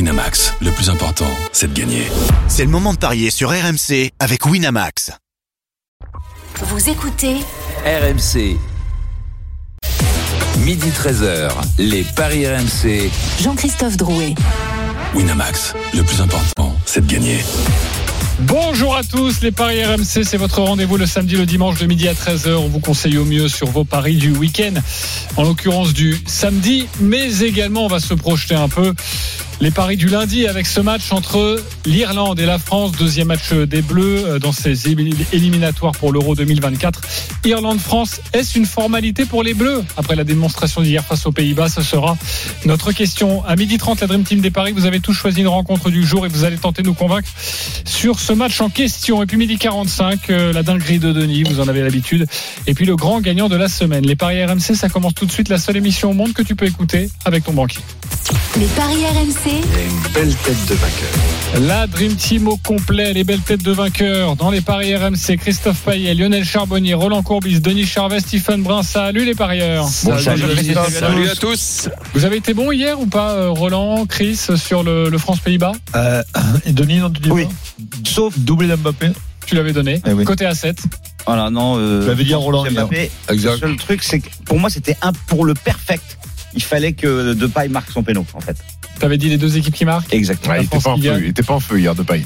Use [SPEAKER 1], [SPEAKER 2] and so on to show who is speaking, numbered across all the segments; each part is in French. [SPEAKER 1] Winamax, le plus important, c'est de gagner.
[SPEAKER 2] C'est le moment de parier sur RMC avec Winamax.
[SPEAKER 3] Vous écoutez
[SPEAKER 4] RMC. Midi 13h, les Paris RMC.
[SPEAKER 3] Jean-Christophe Drouet.
[SPEAKER 1] Winamax, le plus important, c'est de gagner.
[SPEAKER 5] Bonjour à tous, les Paris RMC, c'est votre rendez-vous le samedi, le dimanche de midi à 13h. On vous conseille au mieux sur vos paris du week-end, en l'occurrence du samedi, mais également on va se projeter un peu les paris du lundi avec ce match entre l'Irlande et la France, deuxième match des Bleus euh, dans ces éli- éliminatoires pour l'Euro 2024. Irlande-France, est-ce une formalité pour les Bleus Après la démonstration d'hier face aux Pays-Bas, ce sera notre question. À midi 30, la Dream Team des Paris, vous avez tous choisi une rencontre du jour et vous allez tenter de nous convaincre sur ce match en question. Et puis midi 45, euh, la dinguerie de Denis, vous en avez l'habitude. Et puis le grand gagnant de la semaine. Les paris RMC, ça commence tout de suite, la seule émission au monde que tu peux écouter avec ton banquier.
[SPEAKER 3] Les paris RMC.
[SPEAKER 5] La Dream Team au complet, les belles têtes de vainqueurs dans les paris RMC, Christophe Payet, Lionel Charbonnier, Roland Courbis, Denis Charvet, Stephen Brun. Salut les parieurs.
[SPEAKER 4] Salut,
[SPEAKER 5] Christophe.
[SPEAKER 4] salut à tous.
[SPEAKER 5] Vous avez été bon hier ou pas, euh, Roland, Chris, sur le, le France-Pays-Bas
[SPEAKER 6] Euh, et Denis, non, tu dis
[SPEAKER 7] Oui.
[SPEAKER 6] pas Sauf doublé d'Mbappé.
[SPEAKER 5] Tu l'avais donné.
[SPEAKER 6] Eh oui.
[SPEAKER 5] Côté A7.
[SPEAKER 7] Voilà, non. euh,
[SPEAKER 6] Tu l'avais dit à Roland hier.
[SPEAKER 7] Mbappé, Le
[SPEAKER 4] Exact.
[SPEAKER 7] seul truc, c'est que pour moi, c'était un pour le perfect. Il fallait que Depay marque son péno, en fait.
[SPEAKER 5] T'avais dit les deux équipes qui marquent.
[SPEAKER 7] Exactement.
[SPEAKER 5] La
[SPEAKER 8] Ouais, il était
[SPEAKER 5] France
[SPEAKER 8] pas en
[SPEAKER 5] qui gagne.
[SPEAKER 8] feu, il était pas en feu hier de Paille.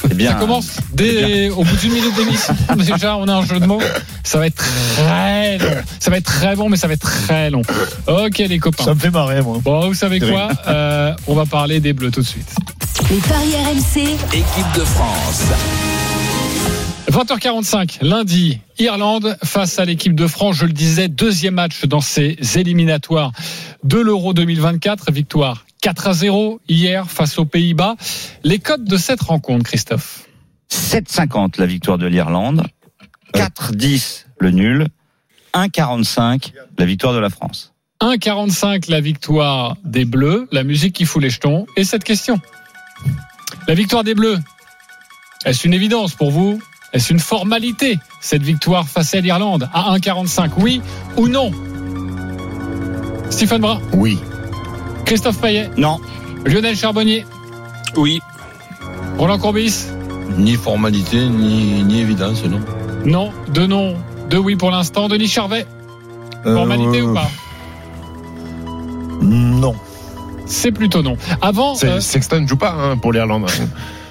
[SPEAKER 7] C'est Eh bien.
[SPEAKER 5] Ça commence
[SPEAKER 6] Eh
[SPEAKER 5] dès au bout d'une minute d'émission. Déjà, on a un jeu de mots. Ça va être très long. Ça va être très bon, mais ça va être très long. Ok, les copains.
[SPEAKER 6] Ça me fait marrer, moi.
[SPEAKER 5] Bon, vous savez quoi Euh, On va parler des Bleus tout de suite.
[SPEAKER 3] Les paris RMC.
[SPEAKER 4] Équipe de France.
[SPEAKER 5] 20h45, lundi, Irlande face à l'équipe de France. Je le disais, deuxième match dans ces éliminatoires de l'Euro 2024. Victoire 4 à 0 hier face aux Pays-Bas. Les codes de cette rencontre, Christophe
[SPEAKER 7] 7,50 la victoire de l'Irlande. 4,10 le nul. 1,45 la victoire de la France.
[SPEAKER 5] 1,45 la victoire des Bleus, la musique qui fout les jetons. Et cette question La victoire des Bleus, est-ce une évidence pour vous Est-ce une formalité, cette victoire face à l'Irlande À 1,45, oui ou non Stéphane Bras,
[SPEAKER 8] Oui.
[SPEAKER 5] Christophe Payet
[SPEAKER 7] Non.
[SPEAKER 5] Lionel Charbonnier,
[SPEAKER 4] Oui.
[SPEAKER 5] Roland Courbis,
[SPEAKER 9] Ni formalité, ni, ni évidence, non.
[SPEAKER 5] non, deux non, deux oui pour l'instant. Denis Charvet,
[SPEAKER 6] Euh,
[SPEAKER 5] formalité
[SPEAKER 8] Euh,
[SPEAKER 5] ou pas
[SPEAKER 6] Non.
[SPEAKER 5] C'est plutôt non. Avant,
[SPEAKER 8] C'est-
[SPEAKER 5] euh,
[SPEAKER 8] Sexton ne joue pas hein, pour l'Irlande.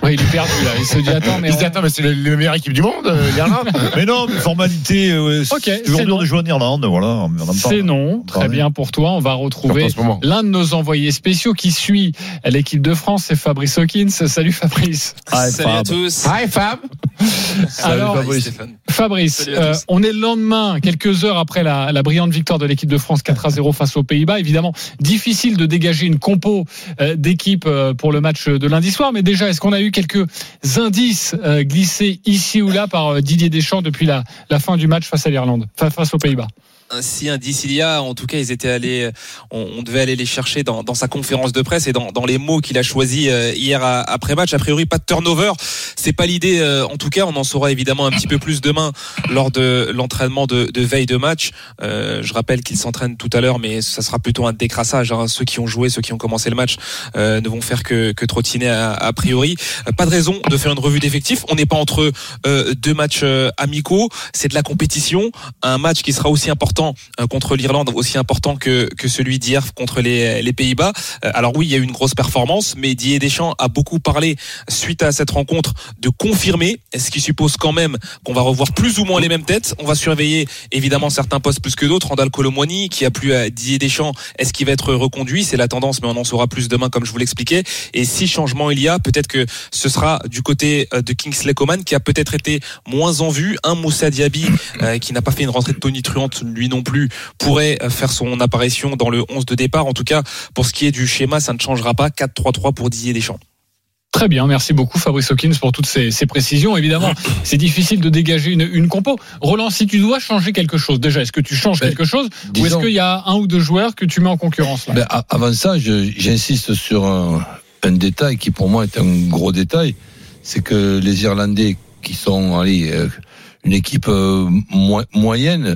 [SPEAKER 5] ouais, il est perdu là, il se dit attends, mais.
[SPEAKER 8] Il se dit, attends, mais c'est le, le meilleur équipe du monde, euh, l'Irlande.
[SPEAKER 6] Mais non, mais formalité, euh,
[SPEAKER 5] Ok,
[SPEAKER 6] c'est toujours
[SPEAKER 5] c'est
[SPEAKER 6] dur
[SPEAKER 5] bon.
[SPEAKER 6] de jouer en Irlande, voilà. en même temps.
[SPEAKER 5] C'est non,
[SPEAKER 6] on
[SPEAKER 5] très
[SPEAKER 6] parle.
[SPEAKER 5] bien pour toi. On va
[SPEAKER 8] Surtout
[SPEAKER 5] retrouver
[SPEAKER 8] en ce moment.
[SPEAKER 5] l'un de nos envoyés spéciaux qui suit l'équipe de France, c'est Fabrice Hawkins. Salut Fabrice.
[SPEAKER 6] Ah,
[SPEAKER 4] salut à
[SPEAKER 6] Fab.
[SPEAKER 4] tous.
[SPEAKER 8] Hi Fab.
[SPEAKER 5] Alors,
[SPEAKER 4] Stéphane.
[SPEAKER 5] Fabrice,
[SPEAKER 4] Salut à
[SPEAKER 5] euh,
[SPEAKER 4] tous.
[SPEAKER 5] on est le lendemain, quelques heures après la, la brillante victoire de l'équipe de France 4 à 0 face aux Pays-Bas. Évidemment, difficile de dégager une compo euh, d'équipe euh, pour le match de lundi soir. Mais déjà, est-ce qu'on a eu quelques indices euh, glissés ici ou là par euh, Didier Deschamps depuis la, la fin du match face à l'Irlande, fa- face aux Pays-Bas
[SPEAKER 10] ainsi indice il y a. En tout cas, ils étaient allés, euh, on, on devait aller les chercher dans, dans sa conférence de presse et dans, dans les mots qu'il a choisis euh, hier à- après match. A priori, pas de turnover. C'est pas l'idée. euh, En tout cas, on en saura évidemment un petit peu plus demain lors de l'entraînement de, de veille de match. Euh, je rappelle qu'ils s'entraînent tout à l'heure, mais ça sera plutôt un décrassage. hein. Ceux qui ont joué, ceux qui ont commencé le match, euh, ne vont faire que, que trottiner a, a priori. Euh, Pas de raison de faire une revue d'effectifs. On n'est pas entre euh, deux matchs euh, amicaux. C'est de la compétition un match qui sera aussi important euh, contre l'Irlande, aussi important que, que celui d'hier contre les, les Pays-Bas. Euh, alors oui, il y a eu une grosse performance, mais Didier Deschamps a beaucoup parlé suite à cette rencontre de confirmer, ce qui suppose quand même qu'on va revoir plus ou moins les mêmes têtes. On va surveiller évidemment certains postes plus que d'autres. Randall Colomwani, qui a plu à Didier Deschamps, est-ce qu'il va être reconduit C'est la tendance, mais on en saura plus demain, comme je vous l'expliquais. Et si changement il y a, peut-être que ce sera du côté euh, de Kingsley Coman, qui a peut-être été moins en vue. Un Moussa Diaby, euh, qui n'a pas fait une rentrée de tonitruante lui non plus, pourrait euh, faire son apparition dans le 11 de départ. En tout cas, pour ce qui est du schéma, ça ne changera pas. 4-3-3 pour Didier Deschamps.
[SPEAKER 5] Très bien, merci beaucoup Fabrice Hawkins pour toutes ces, ces précisions. Évidemment, c'est difficile de dégager une, une compo. Roland, si tu dois changer quelque chose, déjà, est-ce que tu changes
[SPEAKER 9] Ben,
[SPEAKER 5] quelque chose ou est-ce
[SPEAKER 9] disons-
[SPEAKER 5] qu'il y a un ou deux joueurs que tu mets en concurrence là
[SPEAKER 9] Ben, a- avant ça, je- j'insiste sur un, un détail qui pour moi est un gros détail, c'est que les Irlandais qui sont allez, euh, une équipe euh, mo- moyenne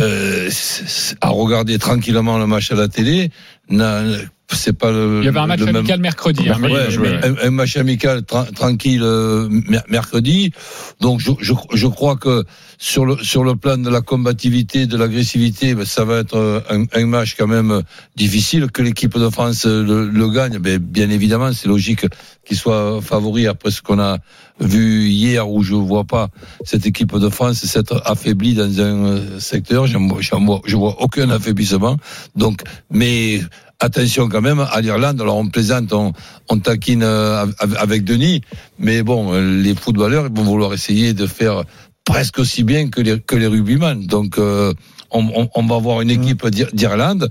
[SPEAKER 9] euh, c- c- à regarder tranquillement le match à la télé, n'a- c'est pas le.
[SPEAKER 5] Il y avait un match
[SPEAKER 9] le même-
[SPEAKER 5] amical mercredi. hein, mais-
[SPEAKER 9] Ouais,
[SPEAKER 5] mais-
[SPEAKER 9] un, un match amical tra- tranquille euh, mer- mercredi. Donc je, je, je crois que sur le sur le plan de la combativité, de l'agressivité, ben, ça va être euh, un, un match quand même euh, difficile. Que l'équipe de France euh, le, le gagne, ben, bien évidemment, c'est logique qu'il soit euh, favori après ce qu'on a vu hier où je vois pas cette équipe de France s'être affaiblie dans un euh, secteur. J'en vois- j'en vois- je vois aucun affaiblissement. Donc, mais attention quand même à l'Irlande. Alors on plaisante, on, on taquine euh, av- av- avec Denis, mais bon, euh, les footballeurs ils vont vouloir essayer de faire presque aussi bien que les, que les rugbyman. Donc euh, on, on- on va avoir une
[SPEAKER 5] Mmh.
[SPEAKER 9] équipe d'Ir- d'Irlande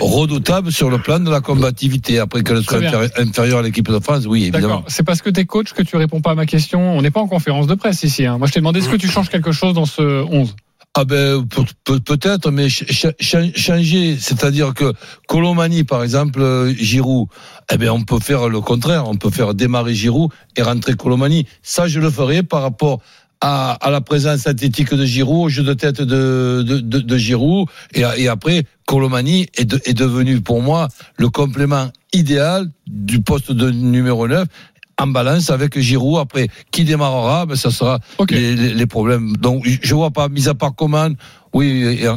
[SPEAKER 9] redoutable sur le plan de la combativité. Après qu'elle
[SPEAKER 5] Très
[SPEAKER 9] soit
[SPEAKER 5] bien.
[SPEAKER 9] inférie- inférieure à l'équipe de France, oui, évidemment.
[SPEAKER 5] D'accord. C'est parce que t'es coach que tu réponds pas à ma question. On n'est pas en conférence de presse ici. hein. Moi, je t'ai demandé est-ce que tu changes quelque chose dans ce 11
[SPEAKER 9] Ah ben peut- peut- peut-être, mais ch- ch- ch- changer, c'est-à-dire que Colomani par exemple, euh, Giroud, eh ben on peut faire le contraire, on peut faire démarrer Giroud et rentrer Colomani. Ça je le ferai par rapport à, à la présence athlétique de Giroud, au jeu de tête de de, de, de Giroud, et, a- et après Colomani est, de- est devenu pour moi le complément idéal du poste de numéro 9 en balance avec Giroud. Après, qui démarrera, ben, ça sera
[SPEAKER 5] Ok.
[SPEAKER 9] les, les- les problèmes. Donc, je je vois pas, mis à part Coman, oui,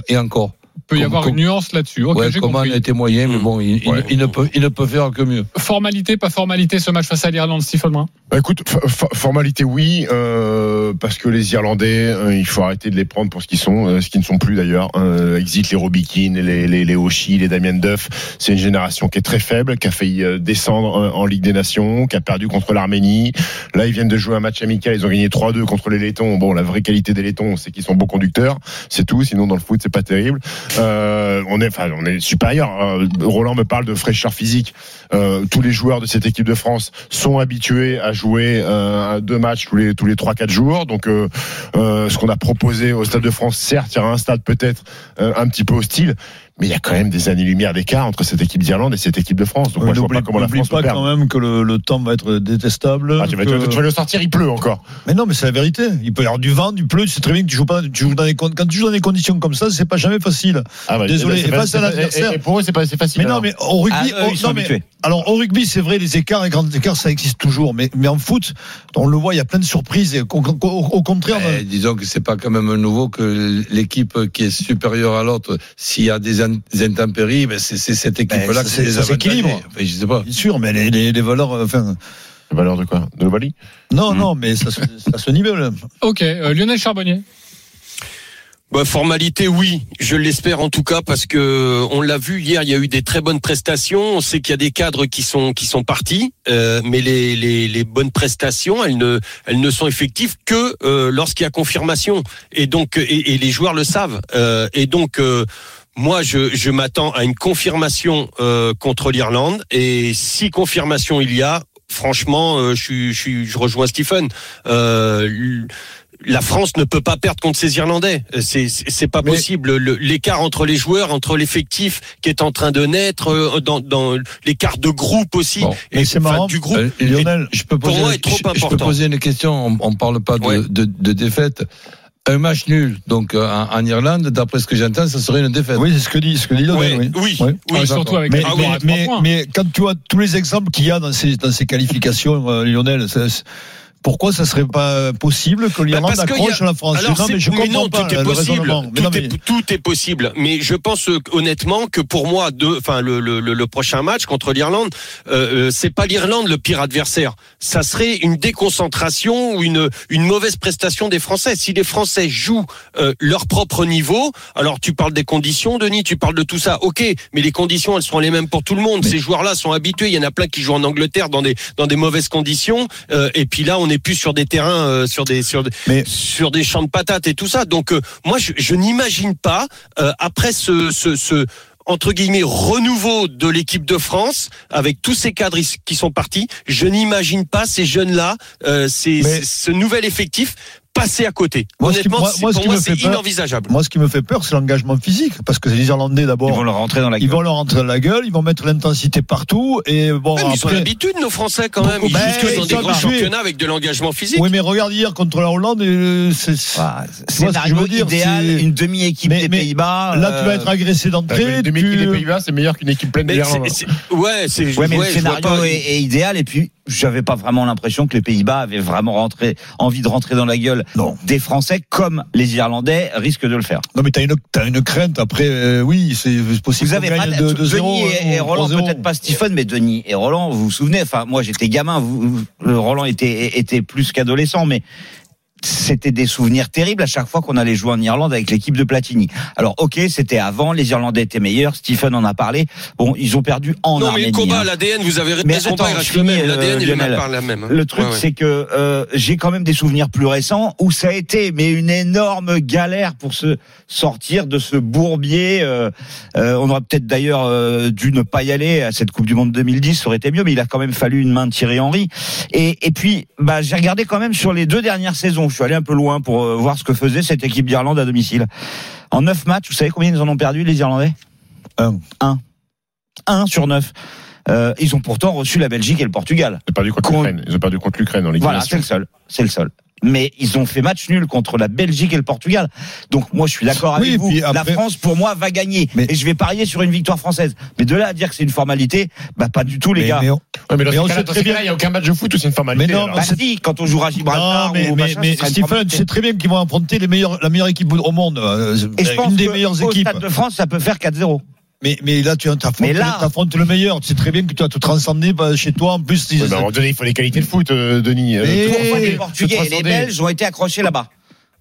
[SPEAKER 9] et, et encore.
[SPEAKER 5] Il peut y
[SPEAKER 9] Comme-
[SPEAKER 5] avoir
[SPEAKER 9] comme-
[SPEAKER 5] une nuance là-dessus. Ok,
[SPEAKER 9] ouais,
[SPEAKER 5] j'ai
[SPEAKER 9] Coman
[SPEAKER 5] compris.
[SPEAKER 9] a été moyen,
[SPEAKER 6] Hmm.
[SPEAKER 9] mais bon, il, il-
[SPEAKER 8] Ouais.
[SPEAKER 9] il ne peut, il ne peut faire que mieux.
[SPEAKER 5] Formalité, pas formalité, ce match face à l'Irlande, Stephen Brun.
[SPEAKER 8] Bah, écoute, fo- fo- formalité oui, euh, parce que les Irlandais, euh, il faut arrêter de les prendre pour ce qu'ils sont, euh, ce qu'ils ne sont plus d'ailleurs. Euh, exit les Robikin, les les les Oshie, les Damien Duff. C'est une génération qui est très faible, qui a failli euh, descendre euh, en Ligue des Nations, qui a perdu contre l'Arménie. Là, ils viennent de jouer un match amical, ils ont gagné 3-2 contre les Lettons. Bon, la vraie qualité des Lettons, c'est qu'ils sont bons conducteurs, c'est tout. Sinon, dans le foot, c'est pas terrible. Euh, on est, enfin, on est supérieur. Euh, Roland me parle de fraîcheur physique. Euh, tous les joueurs de cette équipe de France sont habitués à jouer euh, à deux matchs tous les tous les trois quatre jours. Donc euh, euh, ce qu'on a proposé au Stade de France, certes, il y aura un stade peut-être euh, un petit peu hostile, mais il y a quand même des années-lumière d'écart entre cette équipe d'Irlande et cette équipe de France. Donc moi je vois
[SPEAKER 6] N'oublie
[SPEAKER 8] pas comment la
[SPEAKER 6] n'oublie
[SPEAKER 8] France
[SPEAKER 6] pas
[SPEAKER 8] peut perdre.
[SPEAKER 6] quand même que le, le temps va être détestable.
[SPEAKER 8] Ah, tu, vas, tu
[SPEAKER 6] que-
[SPEAKER 8] vas- tu vas le sortir, il pleut encore.
[SPEAKER 6] Mais non, mais c'est la vérité. Il peut y avoir du vent, du pleu. C'est très bien que tu joues pas. Tu joues dans les con- quand tu joues dans des conditions comme ça, c'est pas jamais facile.
[SPEAKER 8] Ah, bah,
[SPEAKER 6] Désolé,
[SPEAKER 8] c'est
[SPEAKER 6] et
[SPEAKER 8] pas-
[SPEAKER 6] face à
[SPEAKER 8] c'est pas-
[SPEAKER 6] l'adversaire.
[SPEAKER 8] et- et pour eux, c'est pas c'est facile.
[SPEAKER 6] Mais non,
[SPEAKER 8] alors.
[SPEAKER 6] mais au rugby,
[SPEAKER 7] Ah, eux,
[SPEAKER 6] au-
[SPEAKER 7] ils sont
[SPEAKER 6] non, mais-
[SPEAKER 7] habitués.
[SPEAKER 6] alors au rugby, c'est vrai, les écarts et grands écarts, ça existe toujours. Mais mais en foot, on le voit, il y a plein de surprises. Et au, au- au contraire,
[SPEAKER 7] Bah,
[SPEAKER 9] Eh, disons que c'est pas quand même nouveau que l'équipe qui est supérieure à l'autre, s'il y a des, in- des intempéries, ben, c'est c'est cette équipe-là
[SPEAKER 6] ça,
[SPEAKER 9] qui
[SPEAKER 6] c'est-
[SPEAKER 9] les
[SPEAKER 6] ça s'équilibre.
[SPEAKER 9] Enfin, je sais pas.
[SPEAKER 6] bien sûr, mais les, les- les valeurs, euh, enfin,
[SPEAKER 8] La valeur de quoi De Bali
[SPEAKER 6] non,
[SPEAKER 9] Hmm.
[SPEAKER 6] non, mais ça, se- ça se nivelle.
[SPEAKER 5] Ok, euh, Lionel Charbonnier.
[SPEAKER 11] Bah, formalité, oui, je l'espère en tout cas parce que euh, on l'a vu hier, il y a eu des très bonnes prestations. On sait qu'il y a des cadres qui sont qui sont partis, euh, mais les, les les bonnes prestations, elles ne elles ne sont effectives que euh, lorsqu'il y a confirmation. Et donc euh, et, et les joueurs le savent. Euh, et donc euh, moi, je, je m'attends à une confirmation euh, contre l'Irlande. Et si confirmation il y a, franchement, euh, je, suis- je, suis- je rejoins Stephen. Euh, la France ne peut pas perdre contre ces Irlandais. Euh, C'est c'est- c'est pas
[SPEAKER 5] Mais-
[SPEAKER 11] possible. Le- L'écart entre les joueurs, entre l'effectif qui est en train de naître, euh, dans, dans l'écart de groupe aussi,
[SPEAKER 9] Bon,
[SPEAKER 6] mais c'est
[SPEAKER 11] enfin,
[SPEAKER 6] marrant.
[SPEAKER 11] du groupe.
[SPEAKER 9] Euh, Lionel, je peux
[SPEAKER 11] pour
[SPEAKER 9] poser,
[SPEAKER 11] moi, est trop
[SPEAKER 9] je- je peux
[SPEAKER 11] important.
[SPEAKER 9] poser une question. On, on parle pas de,
[SPEAKER 11] Ouais.
[SPEAKER 9] de- de défaite. Un match nul, donc euh, en, en Irlande, d'après ce que j'entends, ça serait une défaite.
[SPEAKER 6] Oui, c'est ce que dit, ce que dit Lionel,
[SPEAKER 11] Ouais,
[SPEAKER 6] oui.
[SPEAKER 11] oui,
[SPEAKER 6] Ouais.
[SPEAKER 11] oui.
[SPEAKER 5] Ah, surtout avec
[SPEAKER 6] Mais,
[SPEAKER 5] la victoire
[SPEAKER 6] mais,
[SPEAKER 5] à trois
[SPEAKER 6] mais,
[SPEAKER 5] points.
[SPEAKER 6] mais quand tu vois tous les exemples qu'il y a dans ces, dans ces qualifications, euh, Lionel, ça- c'est- pourquoi ça serait pas possible que l'Irlande
[SPEAKER 11] Bah, parce que
[SPEAKER 6] accroche
[SPEAKER 11] y a-
[SPEAKER 6] la France
[SPEAKER 11] Alors,
[SPEAKER 6] Non,
[SPEAKER 11] c'est-
[SPEAKER 6] mais je
[SPEAKER 11] mais
[SPEAKER 6] comprends
[SPEAKER 11] non,
[SPEAKER 6] pas
[SPEAKER 11] tout
[SPEAKER 6] là,
[SPEAKER 11] est
[SPEAKER 6] le
[SPEAKER 11] possible.
[SPEAKER 6] raisonnement. Mais
[SPEAKER 11] tout,
[SPEAKER 6] non, mais-
[SPEAKER 11] est, tout est possible. Mais je pense euh, honnêtement que pour moi, de, enfin, le, le, le- le prochain match contre l'Irlande, euh, euh, c'est pas l'Irlande le pire adversaire. Ça serait une déconcentration ou une, une mauvaise prestation des Français. Si les Français jouent euh, leur propre niveau, alors tu parles des conditions, Denis, tu parles de tout ça. Ok, mais les conditions, elles seront les mêmes pour tout le monde. Ces joueurs-là sont habitués. Il y en a plein qui jouent en Angleterre dans des dans des mauvaises conditions. Euh, et puis là, on n'est plus sur des terrains, euh, sur des sur des-
[SPEAKER 6] Mais-
[SPEAKER 11] sur des champs de patates et tout ça. Donc euh, moi, je, je n'imagine pas euh, après ce, ce, ce entre guillemets renouveau de l'équipe de France avec tous ces cadres is- qui sont partis. Je n'imagine pas ces jeunes-là, euh, ces,
[SPEAKER 6] Mais-
[SPEAKER 11] ces- ce nouvel effectif passer à côté.
[SPEAKER 6] Moi, ce qui-
[SPEAKER 11] Honnêtement,
[SPEAKER 6] moi-
[SPEAKER 11] c'est-
[SPEAKER 6] moi, ce
[SPEAKER 11] pour
[SPEAKER 6] qui
[SPEAKER 11] moi,
[SPEAKER 6] me fait
[SPEAKER 11] c'est
[SPEAKER 6] peur-
[SPEAKER 11] inenvisageable.
[SPEAKER 6] Moi, ce qui me fait peur, c'est l'engagement physique, parce que les Irlandais, d'abord,
[SPEAKER 7] Ils vont leur rentrer dans la
[SPEAKER 6] ils
[SPEAKER 7] gueule.
[SPEAKER 6] vont leur rentrer dans la gueule, ils vont mettre l'intensité partout, et bon,
[SPEAKER 11] Même ils ont
[SPEAKER 6] après-
[SPEAKER 11] l'habitude, nos Français, quand même. Ils
[SPEAKER 6] Ben,
[SPEAKER 11] jouent que dans
[SPEAKER 6] ils
[SPEAKER 11] des
[SPEAKER 6] sont
[SPEAKER 11] grands
[SPEAKER 6] habitués.
[SPEAKER 11] championnats avec de l'engagement physique.
[SPEAKER 6] Oui, mais regarde hier contre la Hollande, euh, c'est.
[SPEAKER 7] Voilà,
[SPEAKER 6] Tu vois ce que je
[SPEAKER 7] Scénario
[SPEAKER 6] veux dire,
[SPEAKER 7] idéal,
[SPEAKER 6] c'est-
[SPEAKER 7] une demi-équipe
[SPEAKER 6] Mais-
[SPEAKER 7] des
[SPEAKER 6] mais
[SPEAKER 7] Pays-Bas.
[SPEAKER 6] Là, tu vas
[SPEAKER 7] euh,
[SPEAKER 6] être agressé d'entrée.
[SPEAKER 8] Une demi-équipe
[SPEAKER 6] tu-
[SPEAKER 8] des Pays-Bas, c'est meilleur qu'une équipe pleine de
[SPEAKER 11] Mais
[SPEAKER 8] l'Irlande.
[SPEAKER 11] c'est- c'est- ouais, c'est
[SPEAKER 7] Ouais, mais
[SPEAKER 11] ouais,
[SPEAKER 7] le
[SPEAKER 11] je vois
[SPEAKER 7] scénario
[SPEAKER 11] pas-
[SPEAKER 7] est, est idéal. Et puis, j'avais pas vraiment l'impression que les Pays-Bas avaient vraiment rentré, envie de rentrer dans la gueule des Français, comme les Irlandais risquent de le faire.
[SPEAKER 6] Non, mais t'as une, t'as une crainte. Après, euh, oui, c'est c'est possible.
[SPEAKER 7] Vous
[SPEAKER 6] qu'on
[SPEAKER 7] avez pas
[SPEAKER 6] gagne
[SPEAKER 7] de,
[SPEAKER 6] de, de
[SPEAKER 7] Denis
[SPEAKER 6] 0,
[SPEAKER 7] et, et
[SPEAKER 6] hein, ou
[SPEAKER 7] Roland,
[SPEAKER 6] 3-0.
[SPEAKER 7] peut-être pas Stephen, mais Denis et Roland, vous vous souvenez. Enfin, moi, j'étais gamin. Vous, vous- le Roland était était plus qu'adolescent, mais c'était des souvenirs terribles à chaque fois qu'on allait jouer en Irlande avec l'équipe de Platini. Alors, ok, c'était avant. Les Irlandais étaient meilleurs. Stephen en a parlé. Bon, ils ont perdu en
[SPEAKER 11] Non, mais
[SPEAKER 7] Arménie.
[SPEAKER 11] le
[SPEAKER 7] hein.
[SPEAKER 11] combat, l'ADN, vous avez
[SPEAKER 7] Mais
[SPEAKER 11] raison,
[SPEAKER 7] attends,
[SPEAKER 11] pas, il
[SPEAKER 7] je
[SPEAKER 11] reste le
[SPEAKER 7] finis,
[SPEAKER 11] même.
[SPEAKER 7] euh,
[SPEAKER 11] L'ADN, il est
[SPEAKER 7] Lionel.
[SPEAKER 11] même pas la même. hein.
[SPEAKER 7] Le truc,
[SPEAKER 11] Ouais, ouais.
[SPEAKER 7] c'est que euh, j'ai quand même des souvenirs plus récents où ça a été, mais une énorme galère pour se sortir de ce bourbier. euh, euh, on aurait peut-être d'ailleurs euh, dû ne pas y aller à cette Coupe du Monde 2010, ça aurait été mieux, mais il a quand même fallu une main de Thierry Henry. Et, et puis, bah, j'ai regardé quand même sur les deux dernières saisons. Je suis allé un peu loin pour euh, voir ce que faisait cette équipe d'Irlande à domicile. En neuf matchs, vous savez combien ils en ont perdu les Irlandais
[SPEAKER 6] Un.
[SPEAKER 7] Un. Un sur neuf. Euh, ils ont pourtant reçu la Belgique et le Portugal.
[SPEAKER 8] Ils ont perdu contre
[SPEAKER 7] Con-
[SPEAKER 8] l'Ukraine. Ils ont perdu contre l'Ukraine en Ligue des
[SPEAKER 7] Voilà,
[SPEAKER 8] Nations.
[SPEAKER 7] c'est le seul. C'est le seul. Mais ils ont fait match nul contre la Belgique et le Portugal. Donc moi, je suis d'accord
[SPEAKER 6] Oui,
[SPEAKER 7] avec
[SPEAKER 6] et
[SPEAKER 7] vous.
[SPEAKER 6] puis
[SPEAKER 7] La
[SPEAKER 6] après-
[SPEAKER 7] France, pour moi, va gagner.
[SPEAKER 6] Mais-
[SPEAKER 7] Et je vais parier sur une victoire française. Mais de là à dire que c'est une formalité, bah pas du tout, les
[SPEAKER 6] Mais-
[SPEAKER 7] gars.
[SPEAKER 6] mais on-
[SPEAKER 8] Ouais, mais dans
[SPEAKER 6] Mais
[SPEAKER 8] ces
[SPEAKER 6] on
[SPEAKER 8] cas-là-
[SPEAKER 6] sait
[SPEAKER 8] dans
[SPEAKER 6] très
[SPEAKER 8] ces
[SPEAKER 6] bien-
[SPEAKER 8] cas-là, il n'y a aucun match de foot où c'est une formalité.
[SPEAKER 6] Mais non,
[SPEAKER 8] alors.
[SPEAKER 7] Bah si, quand on jouera à Gibraltar
[SPEAKER 6] Non, mais,
[SPEAKER 7] ou
[SPEAKER 6] mais,
[SPEAKER 7] machin,
[SPEAKER 6] mais
[SPEAKER 7] ce sera une
[SPEAKER 6] Stephen,
[SPEAKER 7] formalité.
[SPEAKER 6] tu sais très bien qu'ils vont affronter les meilleurs, la meilleure équipe au monde. euh,
[SPEAKER 7] Et je pense
[SPEAKER 6] une des
[SPEAKER 7] que
[SPEAKER 6] meilleures
[SPEAKER 7] au
[SPEAKER 6] équipes.
[SPEAKER 7] Stade de France, ça peut faire 4-0.
[SPEAKER 6] Mais, mais là, tu affrontes,
[SPEAKER 7] Mais là-
[SPEAKER 6] t'affrontes le meilleur. Tu sais très bien que tu vas te transcender bah, chez toi. En plus, ils-
[SPEAKER 8] Ouais, mais à un moment donné, il faut les qualités de foot, euh, Denis. Euh,
[SPEAKER 6] Mais-
[SPEAKER 8] tout-
[SPEAKER 7] Trois fois, les
[SPEAKER 6] se
[SPEAKER 7] Portugais et les
[SPEAKER 8] transcender.
[SPEAKER 7] Belges ont été accrochés là-bas.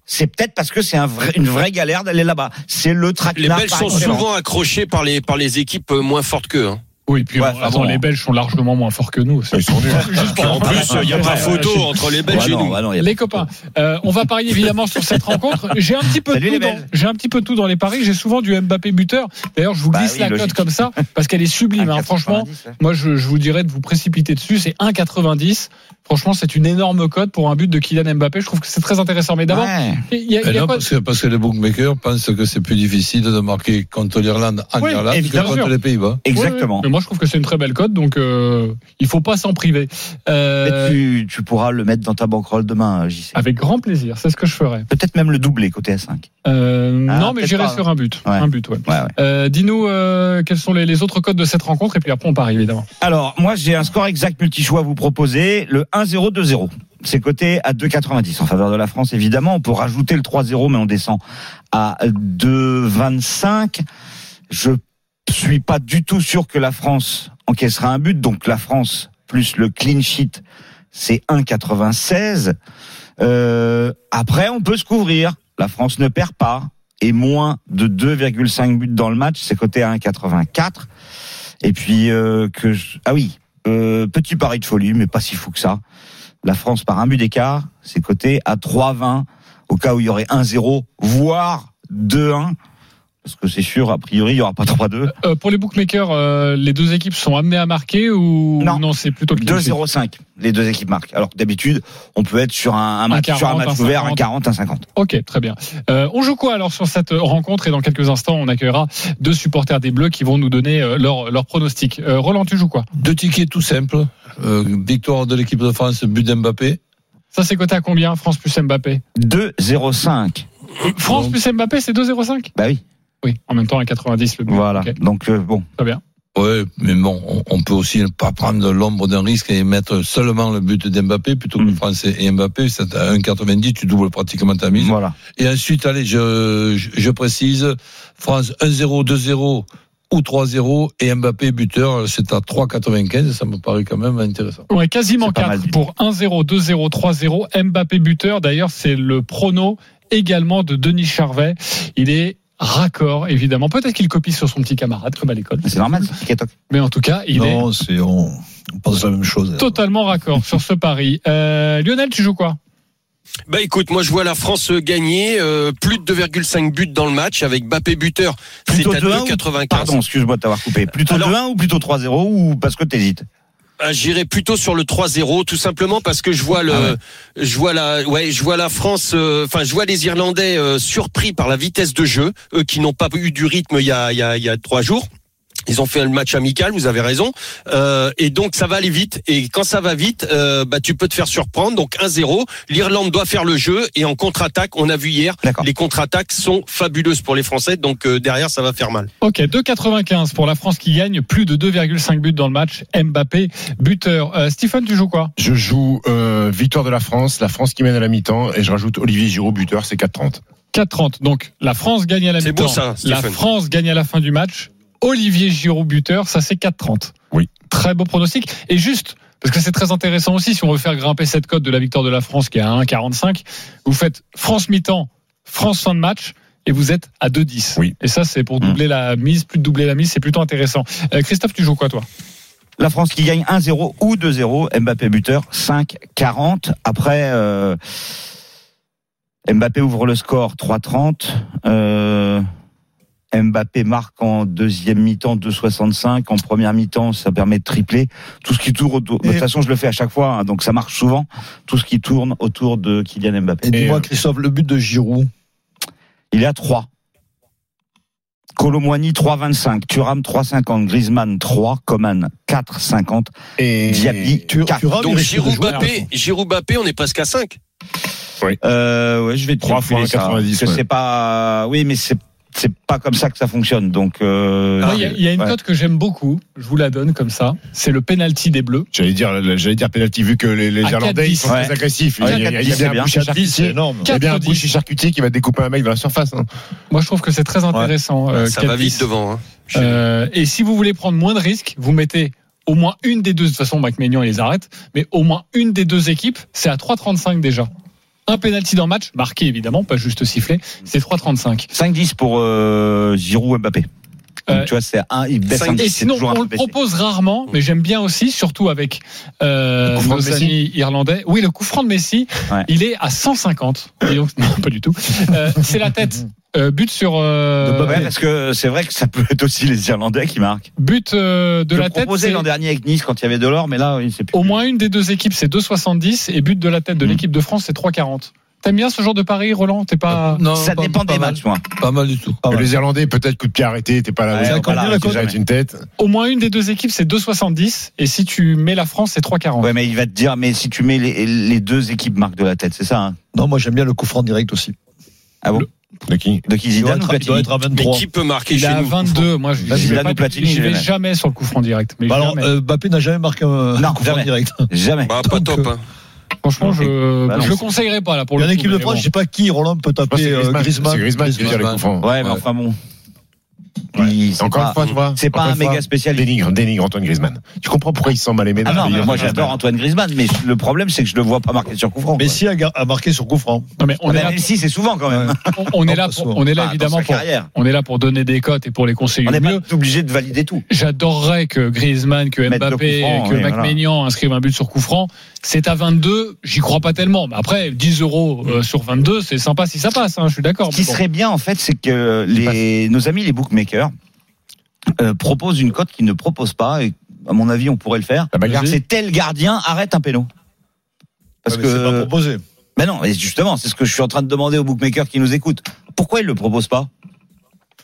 [SPEAKER 7] C'est peut-être parce que c'est un vrai- une vraie galère d'aller là-bas. C'est le
[SPEAKER 11] Les
[SPEAKER 7] traquenard
[SPEAKER 11] Belges
[SPEAKER 7] par
[SPEAKER 11] sont
[SPEAKER 7] excellence.
[SPEAKER 11] souvent accrochés par les, par les équipes euh, moins fortes qu'eux. hein.
[SPEAKER 5] Oui, puis
[SPEAKER 7] Ouais,
[SPEAKER 5] bon,
[SPEAKER 7] ah
[SPEAKER 5] attends,
[SPEAKER 7] bon.
[SPEAKER 5] les Belges sont largement moins forts que nous.
[SPEAKER 8] Ils sont nuls.
[SPEAKER 6] Ah,
[SPEAKER 11] En plus, il n'y a pas
[SPEAKER 5] Ouais,
[SPEAKER 11] photo
[SPEAKER 5] ouais,
[SPEAKER 11] entre les Belges
[SPEAKER 7] Ouais,
[SPEAKER 11] et
[SPEAKER 7] non,
[SPEAKER 11] nous.
[SPEAKER 7] bah non, y a-
[SPEAKER 5] Les copains, euh, on va parier évidemment sur cette rencontre. J'ai un petit peu
[SPEAKER 7] Salut,
[SPEAKER 5] tout
[SPEAKER 7] les
[SPEAKER 5] dans,
[SPEAKER 7] Belges.
[SPEAKER 5] j'ai un petit peu tout dans les paris. J'ai souvent du Mbappé buteur. D'ailleurs, je vous
[SPEAKER 7] Bah
[SPEAKER 5] glisse
[SPEAKER 7] oui,
[SPEAKER 5] la
[SPEAKER 7] logique.
[SPEAKER 5] cote comme ça parce qu'elle est sublime. hein. Franchement,
[SPEAKER 7] 1,90, ouais.
[SPEAKER 5] moi, je, je vous dirais de vous précipiter dessus. C'est 1,90. Franchement, c'est une énorme cote pour un but de Kylian Mbappé. Je trouve que c'est très intéressant. Mais d'abord,
[SPEAKER 7] Ouais.
[SPEAKER 5] il y a, il
[SPEAKER 9] Et
[SPEAKER 5] y a
[SPEAKER 9] Eh non,
[SPEAKER 5] quoi
[SPEAKER 9] parce que, parce que les bookmakers pensent que c'est plus difficile de marquer contre l'Irlande en
[SPEAKER 5] Oui,
[SPEAKER 9] Irlande que
[SPEAKER 7] évidemment.
[SPEAKER 9] contre les Pays-Bas.
[SPEAKER 7] Exactement.
[SPEAKER 5] Ouais, ouais. Mais moi, je trouve que c'est une très belle cote, donc euh, il faut pas s'en priver. Euh, Ah.
[SPEAKER 7] Mais tu, tu pourras le mettre dans ta banquerolle demain, euh, JC.
[SPEAKER 5] Avec grand plaisir, c'est ce que je ferai.
[SPEAKER 7] Peut-être même le doubler côté A5.
[SPEAKER 5] Euh,
[SPEAKER 7] Ah,
[SPEAKER 5] non, mais
[SPEAKER 7] peut-être
[SPEAKER 5] j'irai
[SPEAKER 7] pas.
[SPEAKER 5] sur un but.
[SPEAKER 7] Ouais.
[SPEAKER 5] Un but, ouais.
[SPEAKER 7] Ouais, ouais.
[SPEAKER 5] Euh, Dis-nous euh, quels sont les, les autres codes de cette rencontre et puis après on parie évidemment.
[SPEAKER 7] Alors, moi, j'ai un score exact multi-choix à vous proposer, le 1-0-2-0. C'est coté à 2,90 en faveur de la France, évidemment. On peut rajouter le 3-0, mais on descend à 2,25. Je suis pas du tout sûr que la France encaissera un but. Donc, la France plus le clean sheet, c'est 1,96. Euh, après, on peut se couvrir. La France ne perd pas. Et moins de 2,5 buts dans le match, c'est coté à 1,84. Et puis euh, que je- ah oui, euh, petit pari de folie, mais pas si fou que ça. La France par un but d'écart, c'est coté à 3-20 au cas où il y aurait 1-0 voire 2-1 parce que c'est sûr a priori il y aura pas 3-2,
[SPEAKER 5] Euh, pour les bookmakers, euh, les deux équipes sont amenées à marquer ou
[SPEAKER 7] Non.
[SPEAKER 5] c'est plutôt le clean sheet.
[SPEAKER 7] 2-0-5 les deux équipes marquent. Alors que d'habitude, on peut être sur un, un
[SPEAKER 5] Un
[SPEAKER 7] match
[SPEAKER 5] 40,
[SPEAKER 7] sur un match
[SPEAKER 5] un
[SPEAKER 7] ouvert,
[SPEAKER 5] 50.
[SPEAKER 7] un 40, un 50.
[SPEAKER 5] Ok, très bien. Euh, on joue quoi alors sur cette rencontre et dans quelques instants on accueillera deux supporters des Bleus qui vont nous donner euh, leur, leur pronostic. Euh, Roland, tu joues quoi
[SPEAKER 9] Deux tickets tout simples. Euh, victoire de l'équipe de France, but d'Mbappé.
[SPEAKER 5] Ça c'est coté à combien France plus Mbappé Euh,
[SPEAKER 7] 2-0-5.
[SPEAKER 5] France plus Mbappé c'est 2,05
[SPEAKER 7] Bah oui,
[SPEAKER 5] Oui, en même temps à 90 le but.
[SPEAKER 7] voilà.
[SPEAKER 5] Ok,
[SPEAKER 7] Donc euh, bon,
[SPEAKER 5] très bien.
[SPEAKER 9] Ouais, mais bon, on, on peut aussi ne pas prendre l'ombre d'un risque et mettre seulement le but d'Mbappé plutôt que
[SPEAKER 7] Mm.
[SPEAKER 9] Français et Mbappé. C'est à 1,90, tu doubles pratiquement ta mise.
[SPEAKER 7] voilà.
[SPEAKER 9] Et ensuite, allez, je, je, je précise, France 1-0, 2-0 ou 3-0 et Mbappé buteur, c'est à 3,95, ça me paraît quand même intéressant.
[SPEAKER 5] Ouais, quasiment
[SPEAKER 7] C'est pas mal
[SPEAKER 5] 4
[SPEAKER 7] dit.
[SPEAKER 5] pour 1-0, 2-0, 3-0. Mbappé buteur. D'ailleurs, c'est le prono également de Denis Charvet. Il est raccord, évidemment. Peut-être qu'il copie sur son petit camarade, comme à l'école.
[SPEAKER 7] C'est normal, c'est TikTok.
[SPEAKER 5] Mais en tout cas, il
[SPEAKER 6] non, c'est, on, on pense la même chose.
[SPEAKER 5] est totalement raccord sur ce pari. Euh, Lionel, tu joues quoi
[SPEAKER 11] Bah écoute, moi je vois la France gagner euh, plus de 2,5 buts dans le match avec Bappé buteur. C'est
[SPEAKER 7] Plutôt
[SPEAKER 11] à
[SPEAKER 7] 2-1 ou-
[SPEAKER 11] 2,95.
[SPEAKER 7] Pardon, excuse-moi de t'avoir coupé. Plutôt
[SPEAKER 11] Alors-
[SPEAKER 7] 2-1 ou plutôt 3-0 ou parce que t'hésites
[SPEAKER 11] Ah, J'irai plutôt sur le 3-0, tout simplement parce que je vois le, je vois la, ouais, je vois la France, euh, enfin, je vois les Irlandais euh, surpris par la vitesse de jeu, eux qui n'ont pas eu du rythme il y a, il y a, il y a trois jours. Ils ont fait le match amical, vous avez raison, Euh, et donc ça va aller vite. Et quand ça va vite, euh, bah tu peux te faire surprendre. Donc 1-0, l'Irlande doit faire le jeu et en contre-attaque, on a vu hier,
[SPEAKER 7] Ah.
[SPEAKER 11] les contre-attaques sont fabuleuses pour les Français. Donc euh, derrière, ça va faire mal.
[SPEAKER 5] Ok, 2,95 pour la France qui gagne, plus de 2,5 buts dans le match. Mbappé, buteur. Euh, Stephen, tu joues quoi
[SPEAKER 8] Je joue euh, victoire de la France, la France qui mène à la mi-temps, et je rajoute Olivier Giroud, buteur, c'est 4-30.
[SPEAKER 5] 4,30. Donc la France gagne à la
[SPEAKER 8] C'est
[SPEAKER 5] mi-temps.
[SPEAKER 8] beau, ça,
[SPEAKER 5] la
[SPEAKER 8] Stephen.
[SPEAKER 5] France gagne à la fin du match. Olivier Giroud buteur, ça c'est 4,30.
[SPEAKER 8] Oui.
[SPEAKER 5] Très beau pronostic. Et juste, parce que c'est très intéressant aussi, si on veut faire grimper cette cote de la victoire de la France qui est à 1,45, vous faites France mi-temps, France fin de match. Et vous êtes à 2,10.
[SPEAKER 8] Oui. Mm.
[SPEAKER 5] Et ça, c'est pour doubler la mise, plus de doubler la mise, c'est plutôt intéressant. Euh, Christophe, tu joues quoi, toi
[SPEAKER 7] La France qui gagne 1-0 ou 2-0, Mbappé buteur 5-40. Après, euh, Mbappé ouvre le score 3-30. Euh, Mbappé marque en deuxième mi-temps 2-65. En première mi-temps, ça permet de tripler. Tout ce qui tourne autour. De toute façon, je le fais à chaque fois, hein, donc ça marche souvent. Tout ce qui tourne autour de Kylian Mbappé. euh,
[SPEAKER 6] Et dis-moi, Christophe, le but de Giroud.
[SPEAKER 7] Il est à 3. Colomwani 3,25. Turam 3,50. Griezmann 3. Coman 4,50.
[SPEAKER 8] Et
[SPEAKER 7] Diaby 4.
[SPEAKER 8] Ah
[SPEAKER 11] Donc Giroud Bappé, Giroud Bappé, on est presque à 5.
[SPEAKER 7] Euh, ouais, je vais te
[SPEAKER 8] Trois fois
[SPEAKER 7] calculer
[SPEAKER 8] 1,90,
[SPEAKER 7] ça, parce que
[SPEAKER 8] ouais.
[SPEAKER 7] c'est pas. Oui, mais c'est c'est pas comme ça que ça fonctionne. Donc. euh,
[SPEAKER 8] Ah,
[SPEAKER 5] Moi, Ah, Il y, a- il y a une
[SPEAKER 7] ouais.
[SPEAKER 5] cote que j'aime beaucoup, je vous la donne comme ça. C'est le penalty des Bleus.
[SPEAKER 8] J'allais dire, j'allais dire pénalty vu que les, les
[SPEAKER 5] À
[SPEAKER 8] Irlandais ils sont
[SPEAKER 5] 4-10,
[SPEAKER 8] très
[SPEAKER 7] ouais.
[SPEAKER 8] agressifs.
[SPEAKER 7] Ouais,
[SPEAKER 8] il, y a, il y a bien
[SPEAKER 7] 4-10, c'est
[SPEAKER 8] un boucher
[SPEAKER 5] bien.
[SPEAKER 8] charcutier,
[SPEAKER 6] énorme.
[SPEAKER 8] il y a bien un
[SPEAKER 5] 4-10.
[SPEAKER 8] boucher charcutier qui va découper un mec dans la surface. hein.
[SPEAKER 5] Moi, je trouve que c'est très intéressant. euh,
[SPEAKER 11] ça va
[SPEAKER 5] Calvis.
[SPEAKER 11] vite devant. hein.
[SPEAKER 5] Euh, et si vous voulez prendre moins de risques, vous mettez au moins une des deux. De toute façon, Mike Maignan, il les arrête. Mais au moins une des deux équipes, c'est à 3,35 déjà. Un penalty dans le match, marqué évidemment, pas juste sifflé, c'est 3,35.
[SPEAKER 7] 5-10 pour euh, Giroud et Mbappé. Donc,
[SPEAKER 5] Euh,
[SPEAKER 7] tu vois, c'est un. Il baisse
[SPEAKER 11] 5-10,
[SPEAKER 7] un
[SPEAKER 5] Et
[SPEAKER 7] petit, c'est
[SPEAKER 5] sinon,
[SPEAKER 7] toujours un
[SPEAKER 5] on
[SPEAKER 7] peu
[SPEAKER 5] le
[SPEAKER 7] baissé. Mm.
[SPEAKER 5] propose rarement, mais j'aime bien aussi, surtout avec euh,
[SPEAKER 8] Le coup franc de
[SPEAKER 5] nos
[SPEAKER 8] Messi.
[SPEAKER 5] amis irlandais. Oui, le coup franc de Messi,
[SPEAKER 7] Ouais.
[SPEAKER 5] il est à 150. Et donc- non, pas du tout. Euh, c'est la tête. Euh, but sur euh,
[SPEAKER 7] Ouais, parce que c'est vrai que ça peut être aussi les Irlandais qui marquent.
[SPEAKER 5] but euh, de
[SPEAKER 7] je
[SPEAKER 5] la
[SPEAKER 7] le
[SPEAKER 5] tête.
[SPEAKER 7] proposais
[SPEAKER 5] c'est-
[SPEAKER 7] l'an dernier avec Nice quand il y avait de l'or, mais là, il sait plus.
[SPEAKER 5] Au moins une des deux équipes, c'est 2,70 et but de la tête de l'équipe de France, c'est 3,40. T'aimes bien ce genre de pari, Roland T'es
[SPEAKER 6] Euh,
[SPEAKER 5] pas.
[SPEAKER 9] Non,
[SPEAKER 7] Ça
[SPEAKER 9] pas-
[SPEAKER 7] dépend
[SPEAKER 9] pas
[SPEAKER 7] des
[SPEAKER 9] mal.
[SPEAKER 7] matchs, moi.
[SPEAKER 9] Pas mal du tout.
[SPEAKER 8] Que les Irlandais peut-être coup de pied arrêté, t'es pas là.
[SPEAKER 7] Ouais,
[SPEAKER 8] vous avez
[SPEAKER 7] voilà,
[SPEAKER 8] entendu la
[SPEAKER 7] ouais,
[SPEAKER 8] cote J'arrête
[SPEAKER 7] ouais.
[SPEAKER 8] une tête.
[SPEAKER 5] Au moins une des deux équipes, c'est 2,70 et si tu mets la France, c'est 3,40.
[SPEAKER 7] Ouais, mais il va te dire, mais si tu mets les, les deux équipes marques de la tête, c'est ça. hein
[SPEAKER 6] Non, moi j'aime bien le coup franc direct aussi.
[SPEAKER 7] ah bon
[SPEAKER 8] De qui
[SPEAKER 7] De
[SPEAKER 6] Il doit,
[SPEAKER 7] Zidane ou
[SPEAKER 6] être, il doit
[SPEAKER 7] Platini
[SPEAKER 6] être à
[SPEAKER 11] Mais
[SPEAKER 6] 23.
[SPEAKER 11] qui peut marquer
[SPEAKER 5] Il est
[SPEAKER 11] chez
[SPEAKER 5] à
[SPEAKER 11] nous
[SPEAKER 5] 22. Moi, je
[SPEAKER 7] Vas-y,
[SPEAKER 5] je vais,
[SPEAKER 7] Zidane
[SPEAKER 5] pas-
[SPEAKER 7] ou Platini,
[SPEAKER 5] je
[SPEAKER 7] je les
[SPEAKER 5] vais
[SPEAKER 7] mets.
[SPEAKER 5] jamais sur le coup franc direct. Mais
[SPEAKER 6] Bah alors,
[SPEAKER 5] jamais.
[SPEAKER 6] euh, Mbappé n'a jamais marqué un
[SPEAKER 7] Non,
[SPEAKER 6] coup franc
[SPEAKER 7] jamais.
[SPEAKER 6] direct.
[SPEAKER 7] Jamais.
[SPEAKER 11] Bah, pas
[SPEAKER 6] Donc,
[SPEAKER 11] top. hein.
[SPEAKER 5] Franchement, je
[SPEAKER 7] Bah non,
[SPEAKER 5] je le
[SPEAKER 7] c'est-
[SPEAKER 5] conseillerais pas là pour
[SPEAKER 6] Pour
[SPEAKER 5] le coup,
[SPEAKER 6] l'équipe de
[SPEAKER 5] mais
[SPEAKER 6] France,
[SPEAKER 5] bon.
[SPEAKER 6] je sais pas qui Roland peut
[SPEAKER 8] Moi,
[SPEAKER 6] taper
[SPEAKER 8] c'est
[SPEAKER 6] euh,
[SPEAKER 8] Griezmann. C'est Griezmann qui tire
[SPEAKER 6] Griezmann.
[SPEAKER 8] les coups francs.
[SPEAKER 7] Ouais, mais
[SPEAKER 9] Ouais.
[SPEAKER 7] enfin bon.
[SPEAKER 8] Ouais.
[SPEAKER 7] Il- c'est
[SPEAKER 8] Encore
[SPEAKER 7] pas-
[SPEAKER 8] une fois, tu vois.
[SPEAKER 7] C'est pas
[SPEAKER 8] encore
[SPEAKER 7] un
[SPEAKER 8] une fois,
[SPEAKER 7] méga spécialiste.
[SPEAKER 8] Dénigre, dénigre Antoine Griezmann. Tu comprends pourquoi il se sent mal aimé dans
[SPEAKER 7] Ah
[SPEAKER 8] la
[SPEAKER 7] non,
[SPEAKER 8] Ligue
[SPEAKER 7] mais moi
[SPEAKER 8] Antoine
[SPEAKER 7] j'adore
[SPEAKER 8] Griezmann.
[SPEAKER 7] Antoine Griezmann, mais le problème c'est que je le vois pas marquer sur coup franc. quoi.
[SPEAKER 6] Messi a, ga- a marqué sur coup franc.
[SPEAKER 5] Non, mais on
[SPEAKER 7] Ah
[SPEAKER 5] est
[SPEAKER 7] bah,
[SPEAKER 5] là.
[SPEAKER 7] même si c'est souvent quand même.
[SPEAKER 5] on- On est
[SPEAKER 6] Non,
[SPEAKER 5] là.
[SPEAKER 6] pas
[SPEAKER 5] pour-
[SPEAKER 6] souvent.
[SPEAKER 5] On est là
[SPEAKER 7] Enfin, bah, dans
[SPEAKER 5] évidemment
[SPEAKER 7] sa
[SPEAKER 5] pour.
[SPEAKER 7] carrière.
[SPEAKER 5] On est là pour donner des cotes et pour les conseiller
[SPEAKER 7] On
[SPEAKER 5] au
[SPEAKER 7] n'est
[SPEAKER 5] mieux.
[SPEAKER 7] pas obligé de valider tout.
[SPEAKER 5] J'adorerais que Griezmann, que
[SPEAKER 7] Mettre le
[SPEAKER 5] Mbappé,
[SPEAKER 7] coup franc,
[SPEAKER 5] que
[SPEAKER 7] oui,
[SPEAKER 5] McMaignan inscrivent un but sur coup franc. C'est à 22, j'y crois pas tellement. Mais après, 10 euros euh, sur 22, c'est sympa si ça passe, hein, je suis d'accord.
[SPEAKER 7] Ce qui
[SPEAKER 5] Mais bon.
[SPEAKER 7] serait bien en fait, c'est que les, nos amis les bookmakers euh, proposent une cote qu'ils ne proposent pas. Et à mon avis, on pourrait le faire.
[SPEAKER 8] La bagarre.
[SPEAKER 7] C'est tel gardien arrête un péno. Parce
[SPEAKER 5] Ah,
[SPEAKER 6] Ouais, Ah, mais c'est pas
[SPEAKER 7] que
[SPEAKER 6] proposé.
[SPEAKER 7] ben non, et justement, c'est ce que je suis en train de demander aux bookmakers qui nous écoutent. Pourquoi ils le proposent pas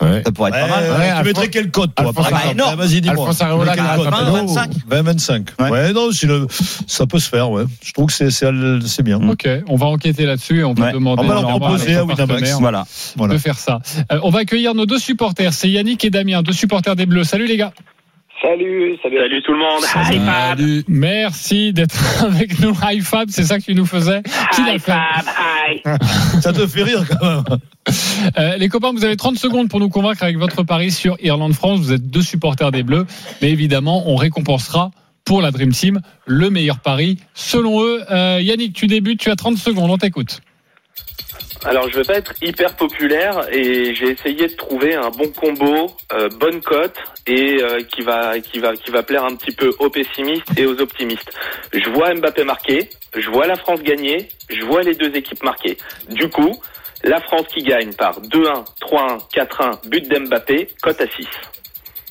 [SPEAKER 8] Ouais.
[SPEAKER 7] Ça pourrait être pas mal.
[SPEAKER 6] Ouais, tu
[SPEAKER 8] Alphonse-
[SPEAKER 6] mettrais quel code toi
[SPEAKER 8] Alphonse
[SPEAKER 6] par
[SPEAKER 7] Areola.
[SPEAKER 6] exemple Ouais, bah, Vas-y, dis-moi.
[SPEAKER 8] Alphonse Areola,
[SPEAKER 6] Tu mets quel
[SPEAKER 8] Alphonse
[SPEAKER 6] code
[SPEAKER 7] Areola,
[SPEAKER 6] Non,
[SPEAKER 7] 25.
[SPEAKER 6] 20, 25.
[SPEAKER 7] Ouais.
[SPEAKER 6] Ouais, non, si le- ça peut se faire, ouais. Je trouve que c'est- c'est c'est bien.
[SPEAKER 5] Ok, on va enquêter là-dessus et on va
[SPEAKER 7] Ouais.
[SPEAKER 5] demander
[SPEAKER 6] On va leur
[SPEAKER 5] à
[SPEAKER 6] proposer
[SPEAKER 5] notre
[SPEAKER 6] à Winamax.
[SPEAKER 5] partenaire
[SPEAKER 7] hein. Voilà.
[SPEAKER 5] de faire ça. Euh, on va accueillir nos deux supporters, c'est Yannick et Damien, deux supporters des Bleus. Salut les gars.
[SPEAKER 12] Salut, salut. Salut tout le monde. Hi Fab.
[SPEAKER 9] Salut.
[SPEAKER 5] Merci d'être avec nous. Hi Fab, c'est ça que tu nous faisais. Qui l'a
[SPEAKER 12] Hi
[SPEAKER 5] fait
[SPEAKER 12] Fab. Hi.
[SPEAKER 6] Ça te fait rire quand même.
[SPEAKER 5] Euh, les copains, vous avez 30 secondes pour nous convaincre avec votre pari sur Irlande-France. Vous êtes deux supporters des Bleus, mais évidemment, on récompensera pour la Dream Team le meilleur pari selon eux. Euh, Yannick, tu débutes, tu as 30 secondes, on t'écoute.
[SPEAKER 12] Alors je vais pas être hyper populaire et j'ai essayé de trouver un bon combo, euh, bonne cote et euh, qui va qui va qui va plaire un petit peu aux pessimistes et aux optimistes. Je vois Mbappé marquer, je vois la France gagner, je vois les deux équipes marquer. Du coup, la France qui gagne par 2-1, 3-1, 4-1, but d'Mbappé, cote à 6.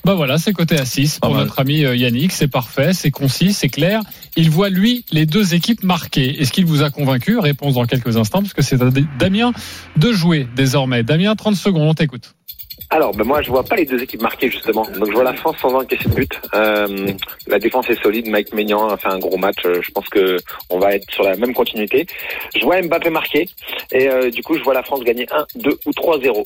[SPEAKER 5] Bah voilà, c'est côté à 6 pour notre ami euh, Yannick. C'est parfait, c'est concis, c'est clair. Il voit, lui, les deux équipes marquées. Est-ce qu'il vous a convaincu Réponse dans quelques instants, parce que c'est à D- Damien de jouer désormais. Damien, 30 secondes, on t'écoute.
[SPEAKER 13] Alors, ben moi, je vois pas les deux équipes marquées justement. Donc, je vois la France sans encaisser de but. Euh, la défense est solide. Mike Maignan a fait un gros match. Euh, Je pense que on va être sur la même continuité. Je vois Mbappé marqué. Et euh, du coup, je vois la France gagner 1, 2 ou 3-0.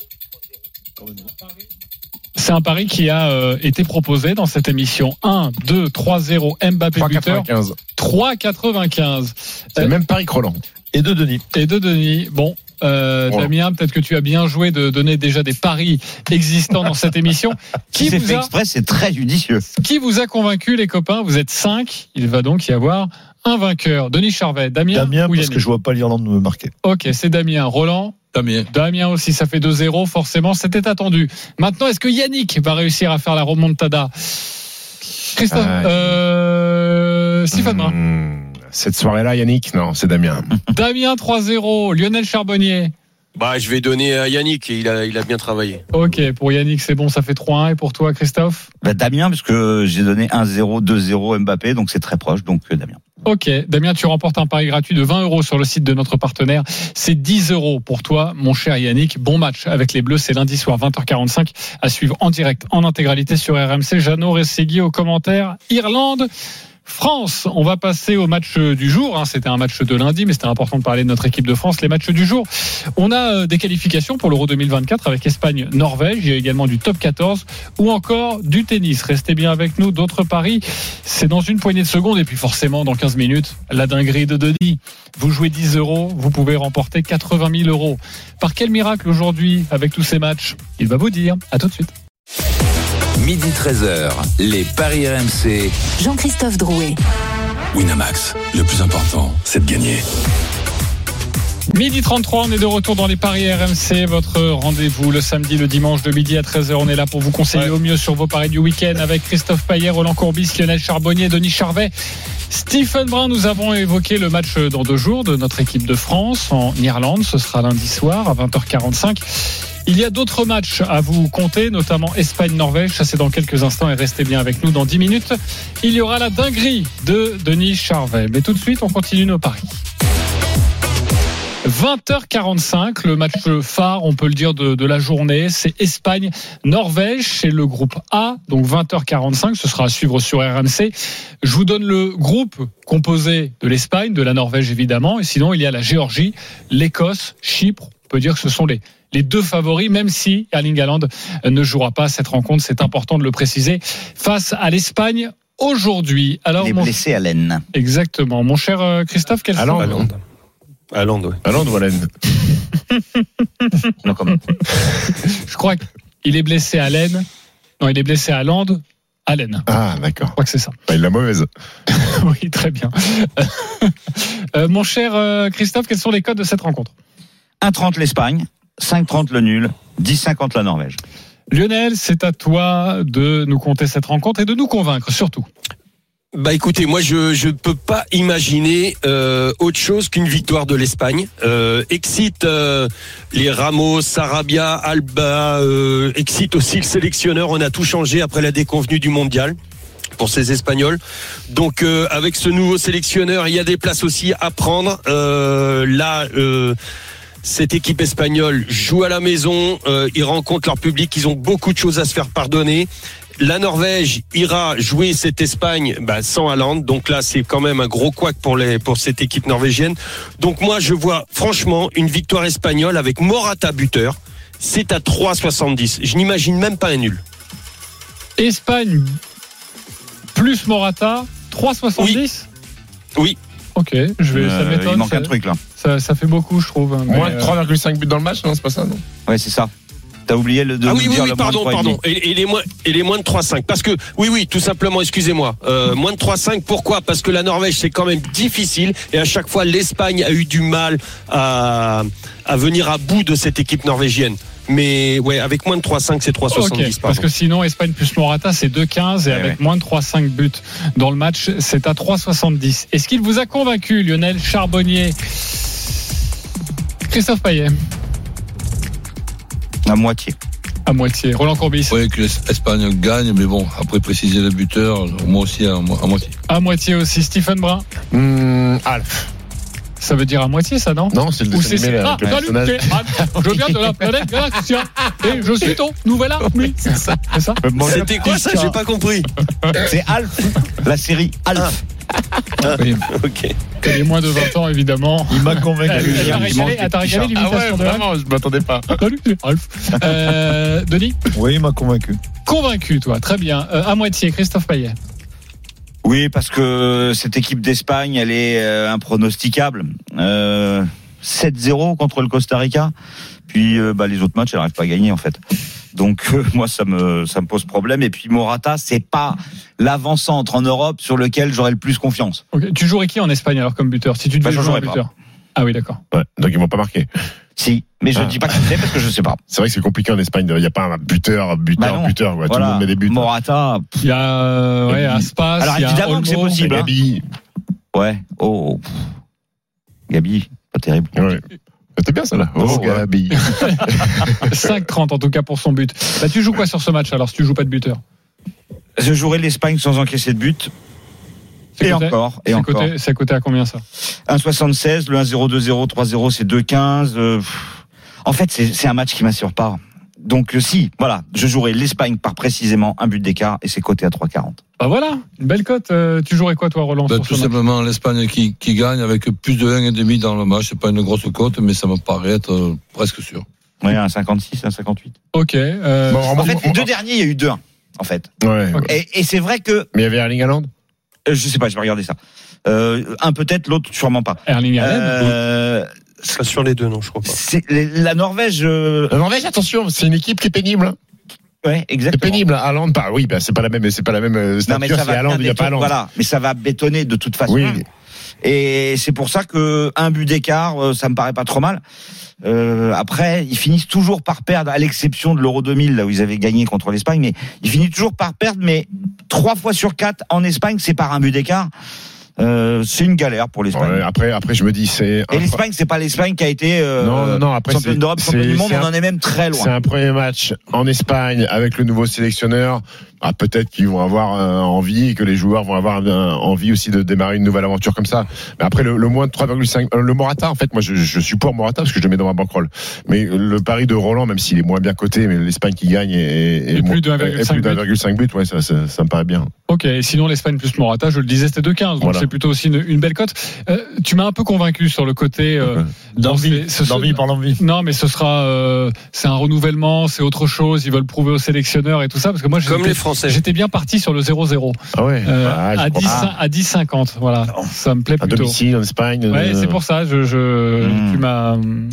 [SPEAKER 5] C'est un pari qui a euh, été proposé dans cette émission. 1, 2, 3, 0, Mbappé buteur.
[SPEAKER 8] 3,95.
[SPEAKER 5] 3,95.
[SPEAKER 8] C'est le même pari que Roland.
[SPEAKER 5] Et de Denis. Et de Denis. Bon. euh,
[SPEAKER 8] Voilà.
[SPEAKER 5] Damien, peut-être que tu as bien joué de donner déjà des paris existants dans cette émission.
[SPEAKER 7] Si c'est
[SPEAKER 5] vous
[SPEAKER 7] fait
[SPEAKER 5] a-
[SPEAKER 7] exprès, c'est très judicieux.
[SPEAKER 5] Qui vous a convaincu, les copains Vous êtes 5. Il va donc y avoir un vainqueur. Denis Charvet, Damien,
[SPEAKER 6] Damien,
[SPEAKER 5] ou
[SPEAKER 6] parce
[SPEAKER 5] Yannick
[SPEAKER 6] que je vois pas l'Irlande me marquer.
[SPEAKER 5] Ok, c'est Damien. Roland
[SPEAKER 9] Damien.
[SPEAKER 5] Damien aussi, ça fait 2-0. Forcément, c'était attendu. Maintenant, est-ce que Yannick va réussir à faire la remontada Christophe,
[SPEAKER 8] Ah,
[SPEAKER 5] euh,
[SPEAKER 8] hmm.
[SPEAKER 5] Stéphane Brun.
[SPEAKER 8] Cette soirée-là, Yannick Non, c'est Damien.
[SPEAKER 7] Mmh.
[SPEAKER 5] Damien 3-0. Lionel Charbonnier.
[SPEAKER 11] Bah, je vais donner à Yannick. Il a, il a bien travaillé.
[SPEAKER 5] Ok, pour Yannick, c'est bon, ça fait 3-1. Et pour toi, Christophe
[SPEAKER 7] Bah, Damien, parce que j'ai donné 1-0, 2-0 Mbappé, donc c'est très proche, donc euh, Damien.
[SPEAKER 5] Ok, Damien, tu remportes un pari gratuit de 20 euros sur le site de notre partenaire. C'est 10 euros pour toi, mon cher Yannick. Bon match avec les Bleus, c'est lundi soir 20h45 à suivre en direct, en intégralité sur RMC. Jeannot Ressegui aux commentaires. Irlande. France, on va passer au match du jour. hein. C'était un match de lundi, mais c'était important de parler de notre équipe de France. Les matchs du jour. On a euh, des qualifications pour l'Euro 2024 avec Espagne, Norvège. Il y a également du top 14 ou encore du tennis. Restez bien avec nous. D'autres paris, c'est dans une poignée de secondes et puis forcément dans 15 minutes, la dinguerie de Denis. Vous jouez 10 euros, vous pouvez remporter 80 000 euros. Par quel miracle aujourd'hui avec tous ces matchs Il va vous dire. À tout de suite.
[SPEAKER 4] Midi 13h, les Paris RMC.
[SPEAKER 3] Jean-Christophe Drouet.
[SPEAKER 1] Winamax, le plus important, c'est de gagner.
[SPEAKER 5] Midi 33, on est de retour dans les paris RMC, votre rendez-vous le samedi, le dimanche de midi à 13h. On est là pour vous conseiller au mieux sur vos paris du week-end avec Christophe Payet, Roland Courbis, Lionel Charbonnier, Denis Charvet, Stephen Brun. Nous avons évoqué le match dans deux jours de notre équipe de France en Irlande. Ce sera lundi soir à 20h45. Il y a d'autres matchs à vous compter, notamment Espagne-Norvège. Ça, c'est dans quelques instants et restez bien avec nous dans 10 minutes. Il y aura la dinguerie de Denis Charvet. Mais tout de suite, on continue nos paris. 20h45, le match phare, on peut le dire, de, de la journée, c'est Espagne-Norvège, c'est le groupe A, donc 20h45, ce sera à suivre sur RMC. Je vous donne le groupe composé de l'Espagne, de la Norvège évidemment, et sinon il y a la Géorgie, l'Écosse, Chypre, on peut dire que ce sont les, les deux favoris, même si Erling Haaland ne jouera pas cette rencontre, c'est important de le préciser, face à l'Espagne aujourd'hui.
[SPEAKER 11] Bah,
[SPEAKER 5] Alors,
[SPEAKER 7] Les
[SPEAKER 5] mon-
[SPEAKER 7] blessés à l'aine.
[SPEAKER 5] Exactement. Mon cher euh, Christophe, quels sont
[SPEAKER 11] À Londres, ouais.
[SPEAKER 8] À Londres, Wallen.
[SPEAKER 7] Non, quand même.
[SPEAKER 5] Je crois qu'il est blessé à Laine. Non, il est blessé à Lande. À Laine.
[SPEAKER 8] Ah, d'accord.
[SPEAKER 5] Je crois que c'est ça.
[SPEAKER 8] Bah, il l'a mauvaise.
[SPEAKER 5] oui, très bien. Euh, mon cher euh, Christophe, quels sont les codes de cette rencontre
[SPEAKER 7] 1-30 l'Espagne, 5-30 le nul, 10-50 la Norvège.
[SPEAKER 5] Lionel, c'est à toi de nous compter cette rencontre et de nous convaincre, surtout.
[SPEAKER 11] Bah écoutez, moi je je peux pas imaginer euh, autre chose qu'une victoire de l'Espagne. Euh, excite euh, les Ramos, Sarabia, Alba, euh, excite aussi le sélectionneur. On a tout changé après la déconvenue du mondial pour ces Espagnols. Donc euh, avec ce nouveau sélectionneur, il y a des places aussi à prendre. Euh, là. euh, cette équipe espagnole joue à la maison, euh, ils rencontrent leur public, ils ont beaucoup de choses à se faire pardonner. La Norvège ira jouer cette Espagne bah, sans Haaland, donc là c'est quand même un gros couac pour les pour cette équipe norvégienne. Donc moi je vois franchement une victoire espagnole avec Morata buteur. C'est à 3,70. Je n'imagine même pas un nul.
[SPEAKER 5] Espagne plus Morata, 3,70
[SPEAKER 11] Oui.
[SPEAKER 5] Ok, je vais, ça
[SPEAKER 7] Euh,
[SPEAKER 5] m'étonne.
[SPEAKER 7] il manque
[SPEAKER 5] ça-
[SPEAKER 7] un truc là.
[SPEAKER 5] Ça, ça fait beaucoup, je trouve. hein,
[SPEAKER 8] Moins
[SPEAKER 5] mais,
[SPEAKER 8] de
[SPEAKER 5] euh,
[SPEAKER 8] 3,5 buts dans le match, non, c'est pas ça, non
[SPEAKER 7] Ouais, c'est ça. T'as oublié le, de
[SPEAKER 11] ah
[SPEAKER 7] nous
[SPEAKER 11] oui, oui,
[SPEAKER 7] dire
[SPEAKER 11] oui,
[SPEAKER 7] le
[SPEAKER 11] pardon,
[SPEAKER 7] moins de trois et
[SPEAKER 11] pardon.
[SPEAKER 7] demi.
[SPEAKER 11] Et, et les moins, et les moins de 3,5. Parce que, oui, oui, tout simplement, excusez-moi. Euh, moins de 3,5, pourquoi Parce que la Norvège, c'est quand même difficile. Et à chaque fois, l'Espagne a eu du mal à, à venir à bout de cette équipe norvégienne. Mais ouais, avec moins de 3,5, c'est 3,70.
[SPEAKER 5] Ok, parce
[SPEAKER 11] pardon.
[SPEAKER 5] que sinon, Espagne plus Morata, c'est 2-15 et avec
[SPEAKER 7] ouais.
[SPEAKER 5] moins de 3-5 buts dans le match, c'est à 3-70. Est-ce qu'il vous a convaincu, Lionel Charbonnier Christophe Payet
[SPEAKER 7] À moitié.
[SPEAKER 5] à moitié. Roland Courbis.
[SPEAKER 9] Oui, que l'Espagne gagne, mais bon, après préciser le buteur, moi aussi à, mo- à moitié.
[SPEAKER 5] À moitié aussi. Stephen Brun.
[SPEAKER 8] Mmh, Alf.
[SPEAKER 5] Ça veut dire à moitié, ça, non
[SPEAKER 8] Non, c'est le
[SPEAKER 5] Ou
[SPEAKER 8] dessin
[SPEAKER 5] c'est
[SPEAKER 8] animé, là,
[SPEAKER 5] Ah,
[SPEAKER 8] avec le
[SPEAKER 5] salut,
[SPEAKER 8] personnage.
[SPEAKER 5] t'es- ah, je viens de la planète Galaxia et je suis ton nouvel ami. C'est ça. C'est ça
[SPEAKER 11] C'était quoi ça J'ai pas compris.
[SPEAKER 7] C'est Alf, la série Alf.
[SPEAKER 5] Oui.
[SPEAKER 11] Ok.
[SPEAKER 5] Les moins de 20 ans, évidemment.
[SPEAKER 6] Il m'a convaincu.
[SPEAKER 5] Elle t'a régalé, elle t'a régalé
[SPEAKER 8] Ah ouais,
[SPEAKER 5] l'imitation de Alf
[SPEAKER 8] vraiment, je m'attendais pas.
[SPEAKER 5] Salut, c'est Alf. Euh, Denis,
[SPEAKER 6] Oui, il m'a convaincu.
[SPEAKER 5] convaincu, toi. Très bien. Euh, à moitié, Christophe Payet.
[SPEAKER 7] Oui, parce que cette équipe d'Espagne, elle est euh, impronosticable. Euh, 7-0 contre le Costa Rica. Puis euh, bah, les autres matchs, elle n'arrive pas à gagner en fait. Donc euh, moi, ça me ça me pose problème. Et puis Morata, c'est pas l'avant-centre en Europe sur lequel j'aurais le plus confiance.
[SPEAKER 5] Ok, Tu jouerais qui en Espagne alors comme buteur Si tu devais
[SPEAKER 7] Bah, j'en
[SPEAKER 5] jouer un
[SPEAKER 7] jouerais pas.
[SPEAKER 5] buteur. Ah oui, d'accord.
[SPEAKER 8] Ouais, donc ils vont pas marquer.
[SPEAKER 7] Si, mais je
[SPEAKER 8] Ah.
[SPEAKER 7] dis pas que c'est parce que je sais pas.
[SPEAKER 8] C'est vrai que c'est compliqué en Espagne. Il n'y a pas un buteur,
[SPEAKER 7] Bah
[SPEAKER 8] buteur,
[SPEAKER 7] non.
[SPEAKER 8] buteur. quoi. Tout
[SPEAKER 7] Voilà.
[SPEAKER 8] le monde met des buts. hein.
[SPEAKER 7] Morata. pff,
[SPEAKER 5] Il y a euh, ouais,
[SPEAKER 8] Et-
[SPEAKER 5] Aspas.
[SPEAKER 7] Alors
[SPEAKER 5] il y a
[SPEAKER 7] évidemment que c'est
[SPEAKER 5] Olmo.
[SPEAKER 7] possible. hein.
[SPEAKER 8] Gabi.
[SPEAKER 7] Ouais. Oh. oh, pff. Gabi, pas terrible.
[SPEAKER 8] Ouais. C'était bien ça là. Oh,
[SPEAKER 7] Oh, ouais.
[SPEAKER 8] Gabi.
[SPEAKER 7] hein.
[SPEAKER 5] 5-30 en tout cas pour son but. Bah, tu joues quoi sur ce match alors si tu joues pas de buteur
[SPEAKER 7] Je jouerai l'Espagne sans encaisser de but.
[SPEAKER 5] C'est
[SPEAKER 7] Et
[SPEAKER 5] coté-
[SPEAKER 7] encore, et
[SPEAKER 5] c'est
[SPEAKER 7] encore.
[SPEAKER 5] coté- C'est coté à combien ça
[SPEAKER 7] 1,76, le 1-0, 2-0, 3-0, c'est 2-15. euh, pff. en fait, c'est c'est un match qui m'assure pas. Donc euh, si, voilà, je jouerai l'Espagne par précisément un but d'écart et c'est coté à 3,40.
[SPEAKER 5] Bah voilà, une belle cote. Euh, tu jouerais quoi toi
[SPEAKER 7] Bah,
[SPEAKER 5] Roland
[SPEAKER 9] Ben,
[SPEAKER 5] sur
[SPEAKER 9] tout
[SPEAKER 5] ce match
[SPEAKER 9] simplement, l'Espagne qui, qui gagne avec plus de 1,5 dans le match. C'est pas une grosse cote, mais ça me paraît être euh, presque sûr.
[SPEAKER 7] Ouais, un 56, un 58.
[SPEAKER 5] Ok. euh,
[SPEAKER 8] Bon,
[SPEAKER 7] En fait, les
[SPEAKER 8] on-
[SPEAKER 7] deux derniers, il y a eu 2-1, en fait.
[SPEAKER 8] Ouais.
[SPEAKER 5] Ok.
[SPEAKER 7] Et, et c'est vrai que,
[SPEAKER 8] Mais il y avait Erling Haaland.
[SPEAKER 7] euh, je sais pas, je vais regarder ça. Euh, un peut-être, l'autre sûrement pas.
[SPEAKER 5] Erling Haaland.
[SPEAKER 7] Euh,
[SPEAKER 11] Pas sur les deux, non, je crois pas.
[SPEAKER 7] c'est- les- la Norvège, euh,
[SPEAKER 8] La Norvège, attention, c'est une équipe qui est pénible. hein.
[SPEAKER 7] ouais,
[SPEAKER 8] C'est
[SPEAKER 7] exactement.
[SPEAKER 8] pénible. Haaland, bah oui, bah, c'est pas la même, c'est pas la même euh,
[SPEAKER 7] Non, mais
[SPEAKER 8] stature.
[SPEAKER 7] ça
[SPEAKER 8] C'est
[SPEAKER 7] va
[SPEAKER 8] Haaland,
[SPEAKER 7] bien
[SPEAKER 8] il n'y a pas Haaland.
[SPEAKER 7] béton- Voilà, mais ça va bétonner de toute façon.
[SPEAKER 8] Oui.
[SPEAKER 7] Et c'est pour ça que un but d'écart, euh, ça me paraît pas trop mal. Euh, après, ils finissent toujours par perdre, à l'exception de l'Euro 2000, là où ils avaient gagné contre l'Espagne, mais ils finissent toujours par perdre, mais trois fois sur quatre en Espagne, c'est par un but d'écart. Euh, c'est une galère pour l'Espagne.
[SPEAKER 8] Ouais, après, après, je me dis, c'est.
[SPEAKER 7] Et
[SPEAKER 8] un-
[SPEAKER 7] l'Espagne, c'est pas l'Espagne qui a été euh,
[SPEAKER 8] Non, non, non, après,
[SPEAKER 7] championne
[SPEAKER 8] c'est-
[SPEAKER 7] d'Europe, championne
[SPEAKER 8] c'est-
[SPEAKER 7] du monde,
[SPEAKER 8] c'est
[SPEAKER 7] on en est même très
[SPEAKER 8] C'est
[SPEAKER 7] loin.
[SPEAKER 8] un premier match en Espagne avec le nouveau sélectionneur. Ah, peut-être qu'ils vont avoir euh, envie et que les joueurs vont avoir euh, envie aussi de démarrer une nouvelle aventure comme ça. Mais après, le, le moins de 3,5, euh, le Morata, en fait, moi, je, je suis pour Morata parce que je le mets dans ma banquerolle. Mais le pari de Roland, même s'il est moins bien coté, mais l'Espagne qui gagne est, est-
[SPEAKER 5] Et
[SPEAKER 8] est
[SPEAKER 5] plus
[SPEAKER 8] moins-
[SPEAKER 5] de 1,5
[SPEAKER 8] est plus de
[SPEAKER 5] but.
[SPEAKER 8] 1,5 but, ouais, ça, ça, ça me paraît bien.
[SPEAKER 5] Ok, et sinon l'Espagne plus Morata, je le disais, c'était 2-15, donc
[SPEAKER 8] Voilà.
[SPEAKER 5] c'est plutôt aussi une, une belle cote. Euh, tu m'as un peu convaincu sur le côté... euh,
[SPEAKER 6] D'envie,
[SPEAKER 5] c'est- ce- ce-
[SPEAKER 6] d'envie par l'envie.
[SPEAKER 5] non, mais ce sera... euh, c'est un renouvellement, c'est autre chose, ils veulent prouver aux sélectionneurs et tout ça, parce que moi
[SPEAKER 11] Comme
[SPEAKER 5] j'étais
[SPEAKER 11] les Français.
[SPEAKER 5] j'étais bien parti sur le 0-0,
[SPEAKER 8] Ah ouais.
[SPEAKER 5] euh,
[SPEAKER 8] Ah, je
[SPEAKER 5] à
[SPEAKER 8] comprends.
[SPEAKER 5] 10 à 10-50, voilà, ça me plaît
[SPEAKER 8] à
[SPEAKER 5] plutôt.
[SPEAKER 8] domicile en Espagne.
[SPEAKER 5] Ouais,
[SPEAKER 8] euh,
[SPEAKER 5] c'est pour ça, je, je,
[SPEAKER 7] Hmm.
[SPEAKER 5] tu m'as... hum,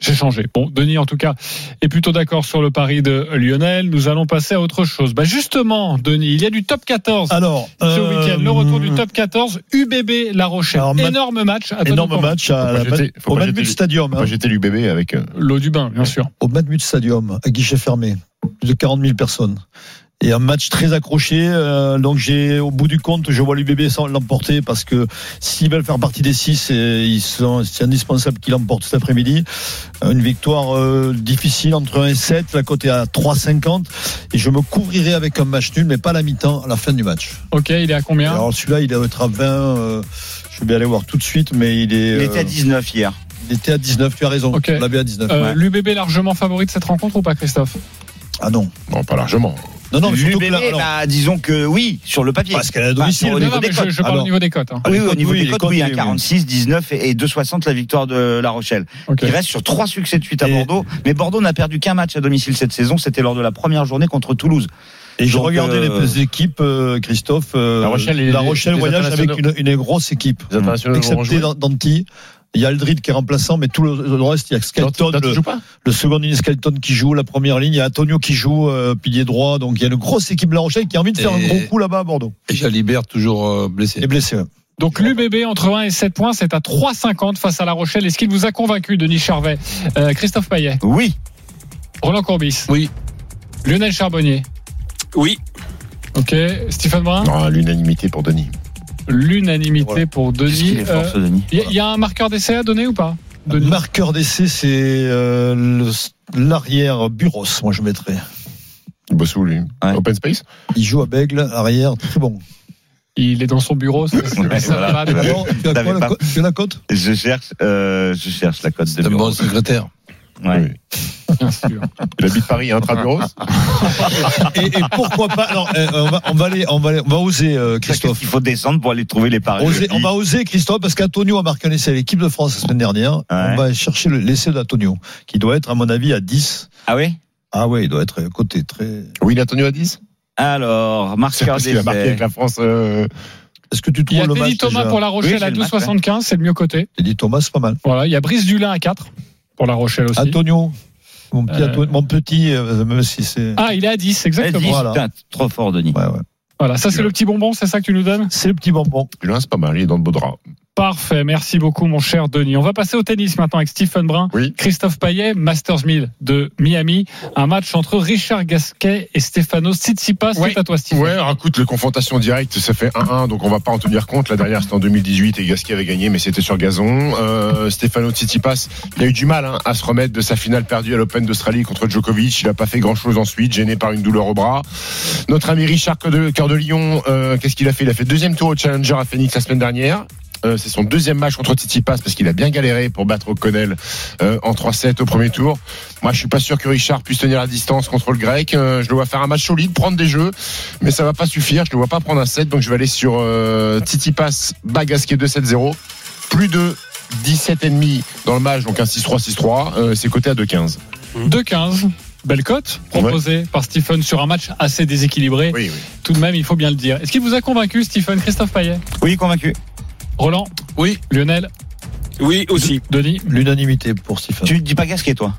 [SPEAKER 5] J'ai changé. Bon, Denis, en tout cas, est plutôt d'accord sur le pari de Lionel. Nous allons passer à autre chose. Bah justement, Denis, il y a du top 14
[SPEAKER 6] Alors,
[SPEAKER 5] ce
[SPEAKER 6] euh,
[SPEAKER 5] week-end. Le retour du top 14, UBB La Rochelle.
[SPEAKER 6] Alors, ma-
[SPEAKER 5] énorme match. À toi de
[SPEAKER 6] Énorme
[SPEAKER 5] nous
[SPEAKER 6] match
[SPEAKER 8] Faut
[SPEAKER 6] à
[SPEAKER 8] pas
[SPEAKER 6] la-
[SPEAKER 8] jeter- faut
[SPEAKER 6] au
[SPEAKER 8] pas
[SPEAKER 6] Madmut
[SPEAKER 8] jeter-
[SPEAKER 6] Stadium. hein.
[SPEAKER 8] Moi, j'étais l'UBB avec. euh,
[SPEAKER 5] convaincre. L'eau du bain, bien sûr.
[SPEAKER 6] au Madmut Stadium à guichet fermé, plus de 40 000 personnes. Et un match très accroché. euh, donc j'ai, au bout du compte, je vois l'UBB sans l'emporter parce que s'ils veulent faire partie des 6, ils sont, c'est indispensable qu'ils l'emportent cet après-midi. Une victoire euh, difficile entre 1 et 7, la cote est à 3,50. Et je me couvrirai avec un match nul, mais pas à la mi-temps, à la fin du match.
[SPEAKER 5] Ok, il est à
[SPEAKER 6] Et
[SPEAKER 5] combien
[SPEAKER 6] Alors celui-là, il doit être à 20. euh, je vais aller voir tout de suite, mais il est.
[SPEAKER 7] Il était à
[SPEAKER 6] euh,
[SPEAKER 7] 19 hier.
[SPEAKER 6] il était à 19, tu as raison.
[SPEAKER 5] Ok.
[SPEAKER 6] On l'avait à 19.
[SPEAKER 5] Euh, L'UBB largement favori de cette rencontre ou pas, Christophe
[SPEAKER 6] Ah non.
[SPEAKER 8] Non, pas largement.
[SPEAKER 6] Non, non, mais surtout
[SPEAKER 7] L'UBB,
[SPEAKER 6] que là, alors-
[SPEAKER 7] bah, disons que oui, sur le papier.
[SPEAKER 6] Parce qu'elle est à
[SPEAKER 7] Bah, sur
[SPEAKER 6] domicile.
[SPEAKER 5] Non,
[SPEAKER 7] Au
[SPEAKER 5] non,
[SPEAKER 7] niveau
[SPEAKER 5] mais
[SPEAKER 7] des
[SPEAKER 5] je,
[SPEAKER 7] cotes.
[SPEAKER 5] je parle
[SPEAKER 6] Alors-
[SPEAKER 5] au niveau des cotes. hein.
[SPEAKER 7] Oui,
[SPEAKER 6] Les
[SPEAKER 7] oui, au
[SPEAKER 6] cotes,
[SPEAKER 7] niveau
[SPEAKER 6] oui,
[SPEAKER 7] des
[SPEAKER 6] les
[SPEAKER 7] cotes,
[SPEAKER 6] cotes,
[SPEAKER 7] oui,
[SPEAKER 6] oui,
[SPEAKER 7] un
[SPEAKER 6] oui.
[SPEAKER 7] 46, 19 et et 2,60 la victoire de La Rochelle.
[SPEAKER 5] Ok.
[SPEAKER 7] Il reste sur trois succès de suite à
[SPEAKER 6] Et-
[SPEAKER 7] Bordeaux, mais Bordeaux n'a perdu qu'un match à domicile cette saison, c'était lors de la première journée contre Toulouse.
[SPEAKER 6] Et je
[SPEAKER 7] Donc,
[SPEAKER 6] regardais
[SPEAKER 7] euh,
[SPEAKER 6] les équipes, euh, Christophe. euh,
[SPEAKER 8] La Rochelle et
[SPEAKER 6] La
[SPEAKER 8] les-
[SPEAKER 6] Rochelle
[SPEAKER 8] les
[SPEAKER 6] voyage avec une,
[SPEAKER 8] internationaux.
[SPEAKER 6] une grosse équipe.
[SPEAKER 8] Les internationaux vont
[SPEAKER 6] Excepté
[SPEAKER 8] jouer.
[SPEAKER 6] Dan- Danti. Il y a Aldrid qui est remplaçant, mais tout le, le reste, il y a Skelton,
[SPEAKER 8] Toi, tu
[SPEAKER 6] le,
[SPEAKER 8] joues pas
[SPEAKER 6] le second ligne Skelton qui joue, la première ligne, il y a Antonio qui joue, euh, pilier droit. Donc il y a une grosse équipe de La Rochelle qui a envie de faire
[SPEAKER 9] Et-
[SPEAKER 6] un gros coup là-bas à Bordeaux.
[SPEAKER 9] Et Jalibert toujours euh, blessé.
[SPEAKER 6] Et blessé. ouais.
[SPEAKER 5] Donc l'UBB entre 1 et 7 points, c'est à 3,50 face à La Rochelle. Est-ce qu'il vous a convaincu, Denis Charvet Euh, Christophe Payet,
[SPEAKER 7] Oui,
[SPEAKER 5] Roland Courbis,
[SPEAKER 9] Oui.
[SPEAKER 5] Lionel Charbonnier,
[SPEAKER 11] Oui,
[SPEAKER 5] ok, Stéphane Brun,
[SPEAKER 8] Non, à l'unanimité pour Denis.
[SPEAKER 5] l'unanimité pour
[SPEAKER 7] Qu'est-ce
[SPEAKER 5] Denis.
[SPEAKER 7] qu'il est
[SPEAKER 5] Euh,
[SPEAKER 7] fort, ce Denis.
[SPEAKER 5] Il y, a- il y a un marqueur d'essai à donner ou pas Denis
[SPEAKER 6] Marqueur d'essai, c'est euh, le l'arrière Buros, moi je mettrais.
[SPEAKER 8] Il bosse où lui Open Space
[SPEAKER 6] Il joue à Bègle, arrière, très bon.
[SPEAKER 5] Il est dans son bureau, c'est
[SPEAKER 7] Ouais, voilà.
[SPEAKER 6] Alors, tu as
[SPEAKER 7] T'avais
[SPEAKER 6] quoi, la
[SPEAKER 7] pas-
[SPEAKER 6] co- tu as la cote
[SPEAKER 7] Je cherche, euh, je cherche la cote de
[SPEAKER 9] C'est un
[SPEAKER 7] Buros.
[SPEAKER 9] bon secrétaire.
[SPEAKER 7] Ouais.
[SPEAKER 5] bien sûr.
[SPEAKER 8] Il habite Paris, hein, Traburos
[SPEAKER 6] et, et pourquoi pas Alors, euh, on, va, on va aller, on va aller- on va oser, euh, Christophe.
[SPEAKER 7] Il faut hein, descendre pour aller trouver les paris.
[SPEAKER 6] Oser- on va oser, Christophe, parce qu'Antonio a marqué un essai à l'équipe de France la semaine dernière.
[SPEAKER 7] Ouais.
[SPEAKER 6] On va chercher le- l'essai d'Antonio, qui doit être, à mon avis, à 10.
[SPEAKER 7] Ah oui
[SPEAKER 6] Ah ouais, il doit être côté très.
[SPEAKER 8] Oui, il a tenu à 10
[SPEAKER 7] Alors,
[SPEAKER 8] C'est
[SPEAKER 7] marqueur
[SPEAKER 8] parce qu'il
[SPEAKER 7] des
[SPEAKER 8] a marqué avec la France. euh,
[SPEAKER 6] Est-ce que tu
[SPEAKER 5] Il y
[SPEAKER 6] trouves
[SPEAKER 5] a
[SPEAKER 6] le
[SPEAKER 5] Teddy
[SPEAKER 6] match
[SPEAKER 5] Thomas
[SPEAKER 6] déjà
[SPEAKER 5] pour La Rochelle
[SPEAKER 7] Oui,
[SPEAKER 5] à
[SPEAKER 7] j'ai le match,
[SPEAKER 5] 12,75, c'est le mieux côté.
[SPEAKER 6] Teddy Thomas, c'est pas mal.
[SPEAKER 5] Voilà, il y a Brice Dulin à 4 pour La Rochelle aussi.
[SPEAKER 6] Antonio, mon petit,
[SPEAKER 5] Euh.
[SPEAKER 6] Anto- mon petit, euh, même si c'est.
[SPEAKER 5] Ah, il est à 10,
[SPEAKER 7] Eh, dis,
[SPEAKER 5] exactement.
[SPEAKER 6] voilà.
[SPEAKER 7] putain, trop fort, Denis.
[SPEAKER 6] Ouais, ouais.
[SPEAKER 5] Voilà, ça c'est le petit bonbon, c'est ça que tu nous donnes
[SPEAKER 6] C'est le petit bonbon.
[SPEAKER 8] Julien, c'est pas mal, il est dans le beau drap.
[SPEAKER 5] Parfait, merci beaucoup mon cher Denis. On va passer au tennis maintenant avec Stephen Brun,
[SPEAKER 8] Oui.
[SPEAKER 5] Christophe Payet, Masters 1000 de Miami. Un match entre Richard Gasquet et Stefano Tsitsipas.
[SPEAKER 8] Ouais.
[SPEAKER 5] C'est à toi Stephen.
[SPEAKER 8] Ouais, alors, écoute, les confrontations directes, ça fait 1-1, donc on va pas en tenir compte. La dernière, c'était en 2018 et Gasquet avait gagné, mais c'était sur gazon. Euh, Stefano Tsitsipas, il a eu du mal hein, à se remettre de sa finale perdue à l'Open d'Australie contre Djokovic. Il a pas fait grand-chose ensuite, gêné par une douleur au bras. Notre ami Richard Cœur de, Cœur de Lion, euh, qu'est-ce qu'il a fait Il a fait deuxième tour au Challenger à Phoenix la semaine dernière. Euh, c'est son deuxième match contre Tsitsipas parce qu'il a bien galéré pour battre O'Connell euh, en 3-7 au premier tour. Moi, je suis pas sûr que Richard puisse tenir la distance contre le Grec. Euh, je le vois faire un match solide, prendre des jeux, mais ça va pas suffire. Je le vois pas prendre un 7, donc je vais aller sur euh, Tsitsipas Bagasquet 2-7-0. Plus de 17,5 dans le match, donc un 6-3-6-3. Euh, c'est coté à 2-15.
[SPEAKER 5] 2-15. Belle cote proposée par Stephen sur un match assez déséquilibré.
[SPEAKER 8] Oui, oui.
[SPEAKER 5] Tout de même, il faut bien le dire. Est-ce qu'il vous a convaincu, Stephen, Christophe Payet,
[SPEAKER 7] Oui, convaincu.
[SPEAKER 5] Roland,
[SPEAKER 11] Oui,
[SPEAKER 5] Lionel,
[SPEAKER 11] oui aussi.
[SPEAKER 5] Denis
[SPEAKER 6] L'unanimité pour Stephen.
[SPEAKER 7] Tu dis pas Gasquet, toi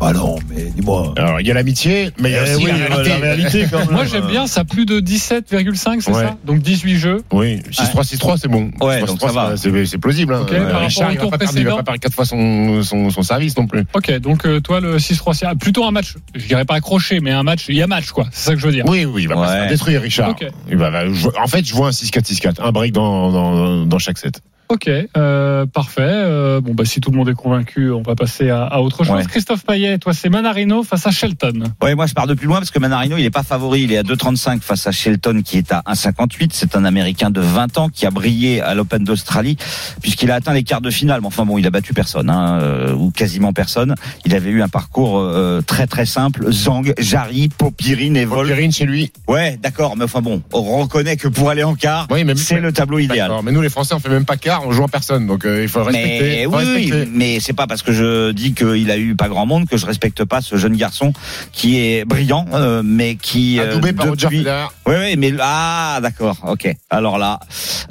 [SPEAKER 6] Ah non, mais dis-moi.
[SPEAKER 8] Alors, il y a l'amitié, mais il y a
[SPEAKER 6] Eh
[SPEAKER 8] aussi
[SPEAKER 6] oui,
[SPEAKER 8] la réalité.
[SPEAKER 6] quand même.
[SPEAKER 5] Moi j'aime bien ça, plus de 17,5, c'est
[SPEAKER 8] Ouais.
[SPEAKER 5] ça Donc 18 jeux.
[SPEAKER 8] Oui, 6-3-6-3, c'est bon.
[SPEAKER 7] Ouais,
[SPEAKER 8] 6-3-6-3,
[SPEAKER 7] donc ça va.
[SPEAKER 8] c'est- C'est plausible. hein.
[SPEAKER 5] Ok, par rapport
[SPEAKER 8] Richard,
[SPEAKER 5] au
[SPEAKER 8] il va
[SPEAKER 5] tour
[SPEAKER 8] pas perdre- il va
[SPEAKER 5] précédent.
[SPEAKER 8] pas perdre 4 fois son, son, son service non plus.
[SPEAKER 5] Ok, donc euh, toi le 6-3, ah, plutôt un match, je dirais pas accroché, mais un match, il y a match quoi, c'est ça que je veux dire.
[SPEAKER 8] Oui, oui, il va pas
[SPEAKER 7] Ouais.
[SPEAKER 8] se faire détruire, Richard.
[SPEAKER 5] Ok.
[SPEAKER 8] Il va- va- je- en fait, je vois un 6-4-6-4, un break dans, dans, dans chaque set.
[SPEAKER 5] Ok, euh, parfait. Euh, bon bah si tout le monde est convaincu, on va passer à, à autre chose.
[SPEAKER 7] Ouais.
[SPEAKER 5] Christophe Payet, toi c'est Manarino face à Shelton.
[SPEAKER 7] Ouais, moi je pars de plus loin parce que Manarino, il est pas favori, il est à 2,35 face à Shelton qui est à 1,58. C'est un Américain de 20 ans qui a brillé à l'Open d'Australie puisqu'il a atteint les quarts de finale. Mais enfin bon, il a battu personne hein, euh, ou quasiment personne. Il avait eu un parcours euh, très très simple. Zhang, Jarry, Popirine et Vol.
[SPEAKER 8] Volkerine chez lui.
[SPEAKER 7] Ouais, d'accord, mais enfin bon, on reconnaît que pour aller en quart,
[SPEAKER 8] Oui, mais-
[SPEAKER 7] c'est le tableau idéal.
[SPEAKER 8] D'accord, mais nous, les Français, on fait même pas quart, on joue en personne. Donc, euh, il faut respecter.
[SPEAKER 7] Mais
[SPEAKER 8] faut
[SPEAKER 7] oui,
[SPEAKER 8] respecter.
[SPEAKER 7] oui, mais c'est pas parce que je dis qu'il a eu pas grand monde que je respecte pas ce jeune garçon qui est brillant, euh, mais qui euh,
[SPEAKER 8] Adoubé par Roger
[SPEAKER 7] depuis-
[SPEAKER 8] Federer.
[SPEAKER 7] Oui, oui, mais ah, d'accord, ok. Alors là,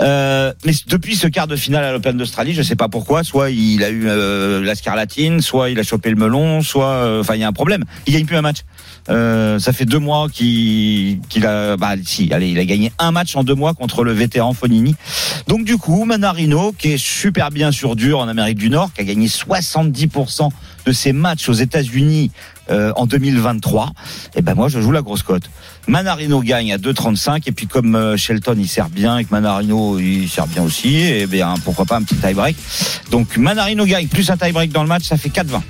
[SPEAKER 7] euh, mais depuis ce quart de finale à l'Open d'Australie, je sais pas pourquoi, soit il a eu euh, la scarlatine, soit il a chopé le melon, soit, euh, enfin, il y a un problème. Il gagne plus un match. Euh, ça fait deux mois qu'il qu'il a, bah si, allez, il a gagné un match en deux mois contre le vétéran Fonini. Donc du coup, Manarino, qui est super bien sur dur en Amérique du Nord, qui a gagné 70% de ses matchs aux États-Unis euh, en 2023, et ben moi je joue la grosse cote. Manarino gagne à 2,35 et puis comme euh, Shelton il sert bien et que Manarino il sert bien aussi, et bien pourquoi pas un petit tie-break. Donc Manarino gagne plus un tie-break dans le match, ça fait 4,20.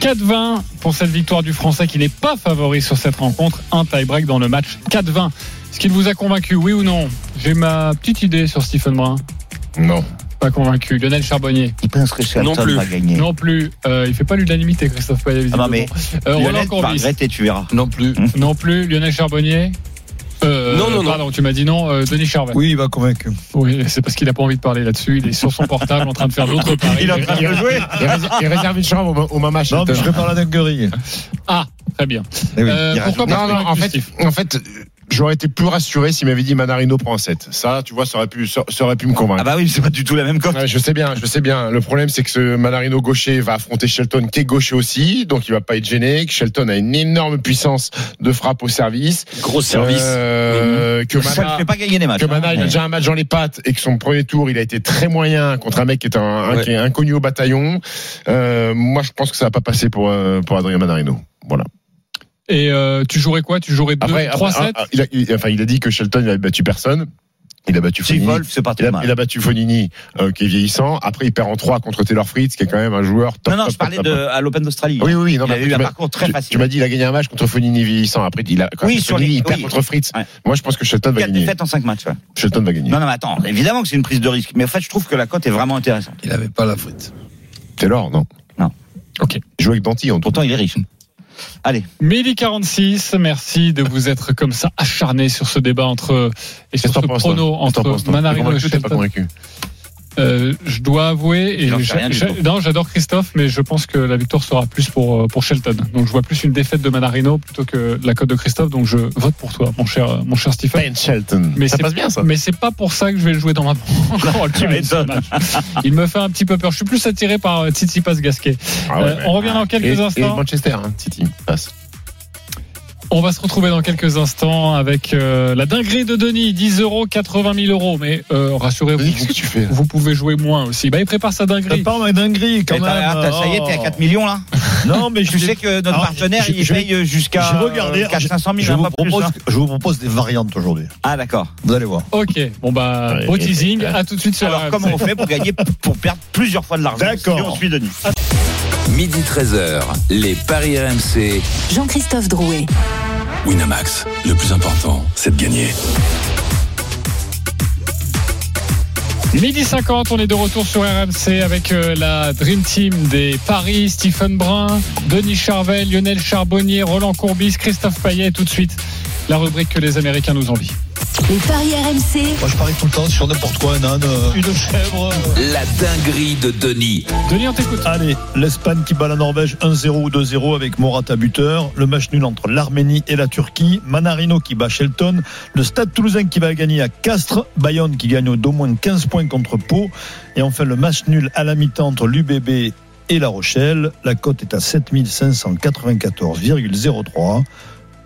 [SPEAKER 5] 4-20 pour cette victoire du Français qui n'est pas favori sur cette rencontre. Un tie-break dans le match 4-20. Est-ce qu'il vous a convaincu, oui ou non J'ai ma petite idée sur Stephen Brun.
[SPEAKER 8] Non.
[SPEAKER 5] Pas convaincu. Lionel Charbonnier
[SPEAKER 7] Il pense que Shelton
[SPEAKER 11] Non plus.
[SPEAKER 7] va gagner.
[SPEAKER 5] non plus. Euh, il fait pas l'unanimité, Christophe Payet.
[SPEAKER 7] Ah non, mais
[SPEAKER 5] visiblement. Euh, Roland
[SPEAKER 7] Lionel, tu vas
[SPEAKER 5] Courbis
[SPEAKER 7] regretter, tu verras.
[SPEAKER 9] Non plus.
[SPEAKER 5] non plus. Lionel Charbonnier Euh,
[SPEAKER 11] Non, non, non.
[SPEAKER 5] Pardon, tu m'as dit non. Euh, Denis Charvet.
[SPEAKER 6] Oui, il va convaincre.
[SPEAKER 5] Oui, c'est parce qu'il a pas envie de parler là-dessus. Il est sur son portable en train de faire d'autres paris.
[SPEAKER 7] Il est en train de jouer.
[SPEAKER 8] Et, rés- et réserve une chambre au, ma- au Mama
[SPEAKER 6] Non,
[SPEAKER 8] Shelton.
[SPEAKER 6] mais je prépare la dinguerie.
[SPEAKER 5] Ah, très bien.
[SPEAKER 6] Eh oui,
[SPEAKER 5] Euh,
[SPEAKER 6] il rajoute.
[SPEAKER 5] pourquoi pas
[SPEAKER 8] Non, non, en
[SPEAKER 5] convaincu,
[SPEAKER 8] fait,
[SPEAKER 5] Steve
[SPEAKER 8] en fait, j'aurais été plus rassuré s'il m'avait dit Manarino prend un 7. Ça, tu vois, ça aurait pu, ça ça aurait pu me convaincre.
[SPEAKER 7] Ah bah oui, c'est pas du tout la même cote.
[SPEAKER 8] Ouais, je sais bien, je sais bien. Le problème, c'est que ce Manarino gaucher va affronter Shelton qui est gaucher aussi, donc il va pas être gêné. Que Shelton a une énorme puissance de frappe au service.
[SPEAKER 11] Gros service.
[SPEAKER 8] Euh, que
[SPEAKER 7] Ça ne
[SPEAKER 8] Mana,
[SPEAKER 7] fait pas gagner des matchs. hein.
[SPEAKER 8] que Mana, il a
[SPEAKER 7] Ah, Ouais.
[SPEAKER 8] déjà un match dans les pattes et que son premier tour, il a été très moyen contre un mec qui est, un, un-
[SPEAKER 11] Ouais.
[SPEAKER 8] qui est inconnu au bataillon. Euh, moi, je pense que ça va pas passer pour, euh, pour Adrien Manarino. Voilà.
[SPEAKER 5] Et euh, tu jouerais quoi Tu jouerais 2,
[SPEAKER 8] Après,
[SPEAKER 5] 3
[SPEAKER 8] après,
[SPEAKER 5] 7
[SPEAKER 8] ah, ah, il, a, il- enfin, il a dit que Shelton n'avait battu personne. Il a battu
[SPEAKER 7] Si,
[SPEAKER 8] Fonini.
[SPEAKER 7] Wolf, c'est pas trop
[SPEAKER 8] il, a,
[SPEAKER 7] mal.
[SPEAKER 8] il a battu Fonini, euh, qui est vieillissant. Après, il perd en 3 contre Taylor Fritz, qui est quand même un joueur top.
[SPEAKER 7] Non, non,
[SPEAKER 8] top,
[SPEAKER 7] je parlais
[SPEAKER 8] top,
[SPEAKER 7] de,
[SPEAKER 8] top.
[SPEAKER 7] à l'Open d'Australie.
[SPEAKER 8] Ah Oui, oui, oui. Non,
[SPEAKER 7] il
[SPEAKER 8] mais
[SPEAKER 7] a
[SPEAKER 8] tu
[SPEAKER 7] eu un
[SPEAKER 8] m'as-
[SPEAKER 7] parcours très
[SPEAKER 8] tu-
[SPEAKER 7] facile.
[SPEAKER 8] Tu m'as dit, il a gagné un match contre Fonini vieillissant. Après, il a, quand
[SPEAKER 7] Oui,
[SPEAKER 8] même,
[SPEAKER 7] sur
[SPEAKER 8] Fonini,
[SPEAKER 7] les-
[SPEAKER 8] il perd
[SPEAKER 7] oui.
[SPEAKER 8] contre Fritz.
[SPEAKER 7] Ouais.
[SPEAKER 8] Moi, je pense que Shelton va
[SPEAKER 7] Quatre
[SPEAKER 8] gagner.
[SPEAKER 7] défaites en 5 matchs. ouais.
[SPEAKER 8] Shelton va gagner.
[SPEAKER 7] Non, non, mais attends, évidemment que c'est une prise de risque. Mais en fait, je trouve que la cote est vraiment intéressante.
[SPEAKER 9] Il n'avait pas la frite.
[SPEAKER 8] Taylor, non.
[SPEAKER 7] Non.
[SPEAKER 8] Ok. Jouer avec Danti, en tout
[SPEAKER 7] Pourtant, il est riche. Allez.
[SPEAKER 5] 1046, merci de vous être comme ça acharné sur ce débat entre euh, et sur
[SPEAKER 8] Qu'est-ce
[SPEAKER 5] ce
[SPEAKER 8] que t'en penses, toi
[SPEAKER 5] prono
[SPEAKER 8] Qu'est-ce que t'en
[SPEAKER 5] entre
[SPEAKER 8] penses, toi T'es
[SPEAKER 5] Manarino et
[SPEAKER 8] convaincu ou t'es pas
[SPEAKER 5] Shelton.
[SPEAKER 8] convaincu
[SPEAKER 5] Euh, je dois avouer et
[SPEAKER 7] Il en fait
[SPEAKER 5] j'a-
[SPEAKER 7] rien du
[SPEAKER 5] j'a-
[SPEAKER 7] tout.
[SPEAKER 5] non, j'adore Christophe, mais je pense que la victoire sera plus pour euh, pour Shelton. Donc je vois plus une défaite de Manarino plutôt que la cote de Christophe. Donc je vote pour toi, mon cher euh, mon cher Stephen.
[SPEAKER 8] Ben Shelton.
[SPEAKER 5] Mais
[SPEAKER 8] ça
[SPEAKER 5] c'est-
[SPEAKER 8] passe bien, ça.
[SPEAKER 5] Mais c'est pas pour ça que je vais le jouer dans ma banque. Oh, le
[SPEAKER 7] tu
[SPEAKER 5] match.
[SPEAKER 7] m'étonnes.
[SPEAKER 5] Il me fait un petit peu peur. Je suis plus attiré par euh, Tsitsipas Gasquet.
[SPEAKER 8] Ah ouais,
[SPEAKER 5] Euh,
[SPEAKER 8] mais-
[SPEAKER 5] on revient dans quelques
[SPEAKER 8] et, Et
[SPEAKER 5] instants.
[SPEAKER 8] Manchester, hein, City. Passe.
[SPEAKER 5] On va se retrouver dans quelques instants avec euh, la dinguerie de Denis, 10 euros, 80 000 euros. Mais euh, rassurez-vous,
[SPEAKER 8] Denis, qu'est-ce que
[SPEAKER 5] vous,
[SPEAKER 8] tu fais là
[SPEAKER 5] vous pouvez jouer moins aussi. Bah, il prépare sa dinguerie.
[SPEAKER 6] T'as pas un dinguerie quand
[SPEAKER 7] Et
[SPEAKER 6] même.
[SPEAKER 7] t'as- t'as- Eh ben, Ça y est, t'es à
[SPEAKER 6] Oh.
[SPEAKER 7] 4 millions là
[SPEAKER 6] Non, mais je
[SPEAKER 7] Tu sais que notre
[SPEAKER 6] Alors,
[SPEAKER 7] partenaire,
[SPEAKER 6] je-
[SPEAKER 7] il
[SPEAKER 6] je-
[SPEAKER 7] paye jusqu'à
[SPEAKER 6] j'ai regardé,
[SPEAKER 7] 400 000,
[SPEAKER 6] je
[SPEAKER 7] hein,
[SPEAKER 6] vous,
[SPEAKER 7] pas plus,
[SPEAKER 6] propose,
[SPEAKER 7] hein.
[SPEAKER 6] je vous propose des variantes aujourd'hui.
[SPEAKER 7] Ah, d'accord.
[SPEAKER 6] Vous allez voir.
[SPEAKER 5] Ok, bon bah,
[SPEAKER 8] Ouais,
[SPEAKER 5] beau
[SPEAKER 8] et-
[SPEAKER 5] teasing. À tout de suite sur
[SPEAKER 7] Alors,
[SPEAKER 5] RMC.
[SPEAKER 7] comment on fait pour gagner, pour perdre plusieurs fois de l'argent
[SPEAKER 6] D'accord.
[SPEAKER 7] Si on suit Denis.
[SPEAKER 4] Midi 13h, les Paris RMC.
[SPEAKER 3] Jean-Christophe Drouet.
[SPEAKER 1] Winamax, le plus important, c'est de gagner.
[SPEAKER 5] Midi 50, on est de retour sur RMC avec euh, la Dream Team des Paris, Stephen Brun, Denis Charvel, Lionel Charbonnier, Roland Courbis, Christophe Payet. Tout de suite, la rubrique que les Américains nous envient.
[SPEAKER 3] Les paris RMC.
[SPEAKER 6] Moi, je parie tout le temps sur n'importe quoi, un âne, euh, une chèvre. euh.
[SPEAKER 4] La dinguerie de Denis.
[SPEAKER 5] Denis, on t'écoute.
[SPEAKER 6] Allez, l'Espagne qui bat la Norvège 1-0 ou 2-0 avec Morata buteur. Le match nul entre l'Arménie et la Turquie. Manarino qui bat Shelton. Le Stade Toulousain qui va gagner à Castres. Bayonne qui gagne d'au moins 15 points contre Pau. Et enfin, le match nul à la mi-temps entre l'UBB et La Rochelle. La cote est à 7594,03.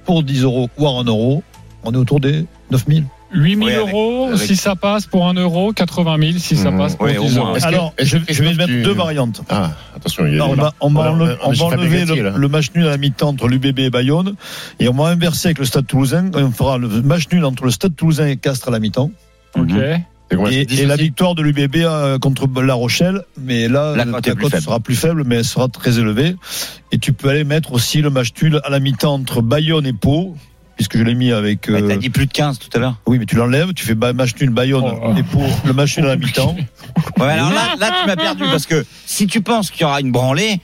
[SPEAKER 6] Pour 10 euros, voire 1 euro, on est autour des 9000.
[SPEAKER 5] 8 000
[SPEAKER 7] Oui, avec-
[SPEAKER 5] euros
[SPEAKER 7] avec-
[SPEAKER 5] si ça passe pour 1 euro, 80 000 si ça
[SPEAKER 8] Mmh,
[SPEAKER 5] passe pour
[SPEAKER 7] ouais, au
[SPEAKER 5] 10
[SPEAKER 7] moins,
[SPEAKER 5] euros.
[SPEAKER 8] ouais. Est-ce que-
[SPEAKER 6] Alors,
[SPEAKER 8] est-ce
[SPEAKER 6] je,
[SPEAKER 8] que
[SPEAKER 6] je vais
[SPEAKER 8] Christophe,
[SPEAKER 6] mettre
[SPEAKER 8] tu-
[SPEAKER 6] deux variantes.
[SPEAKER 8] Ah, attention, il y a
[SPEAKER 6] Non, on
[SPEAKER 8] des-
[SPEAKER 6] va, on va
[SPEAKER 8] Voilà,
[SPEAKER 6] enle-
[SPEAKER 8] on a
[SPEAKER 6] on va
[SPEAKER 8] Gilles
[SPEAKER 6] enlever
[SPEAKER 8] Papagatti,
[SPEAKER 6] le,
[SPEAKER 8] là.
[SPEAKER 6] le match nul à la mi-temps entre l'UBB et Bayonne et on va inverser avec le Stade Toulousain. Et on fera le match nul entre le Stade Toulousain et Castres à la mi-temps
[SPEAKER 8] Mmh.
[SPEAKER 5] Ok.
[SPEAKER 8] C'est combien,
[SPEAKER 6] et,
[SPEAKER 8] c'est dix
[SPEAKER 6] et la
[SPEAKER 8] aussi
[SPEAKER 6] victoire de l'UBB euh, contre La Rochelle. Mais là,
[SPEAKER 7] La
[SPEAKER 6] la,
[SPEAKER 7] cote est plus
[SPEAKER 6] cote
[SPEAKER 7] faible.
[SPEAKER 6] sera plus faible, mais elle sera très élevée. Et tu peux aller mettre aussi le match nul à la mi-temps entre Bayonne et Pau. Puisque je l'ai mis avec.
[SPEAKER 7] Mais
[SPEAKER 6] euh,
[SPEAKER 7] T'as dit plus de 15 tout à l'heure.
[SPEAKER 6] oui, mais tu l'enlèves, tu fais ba- match nul Bayonne
[SPEAKER 5] Oh.
[SPEAKER 6] et Pau, le match nul à la mi-temps.
[SPEAKER 7] Ouais, mais alors là, là, tu m'as perdu parce que si tu penses qu'il y aura une branlée,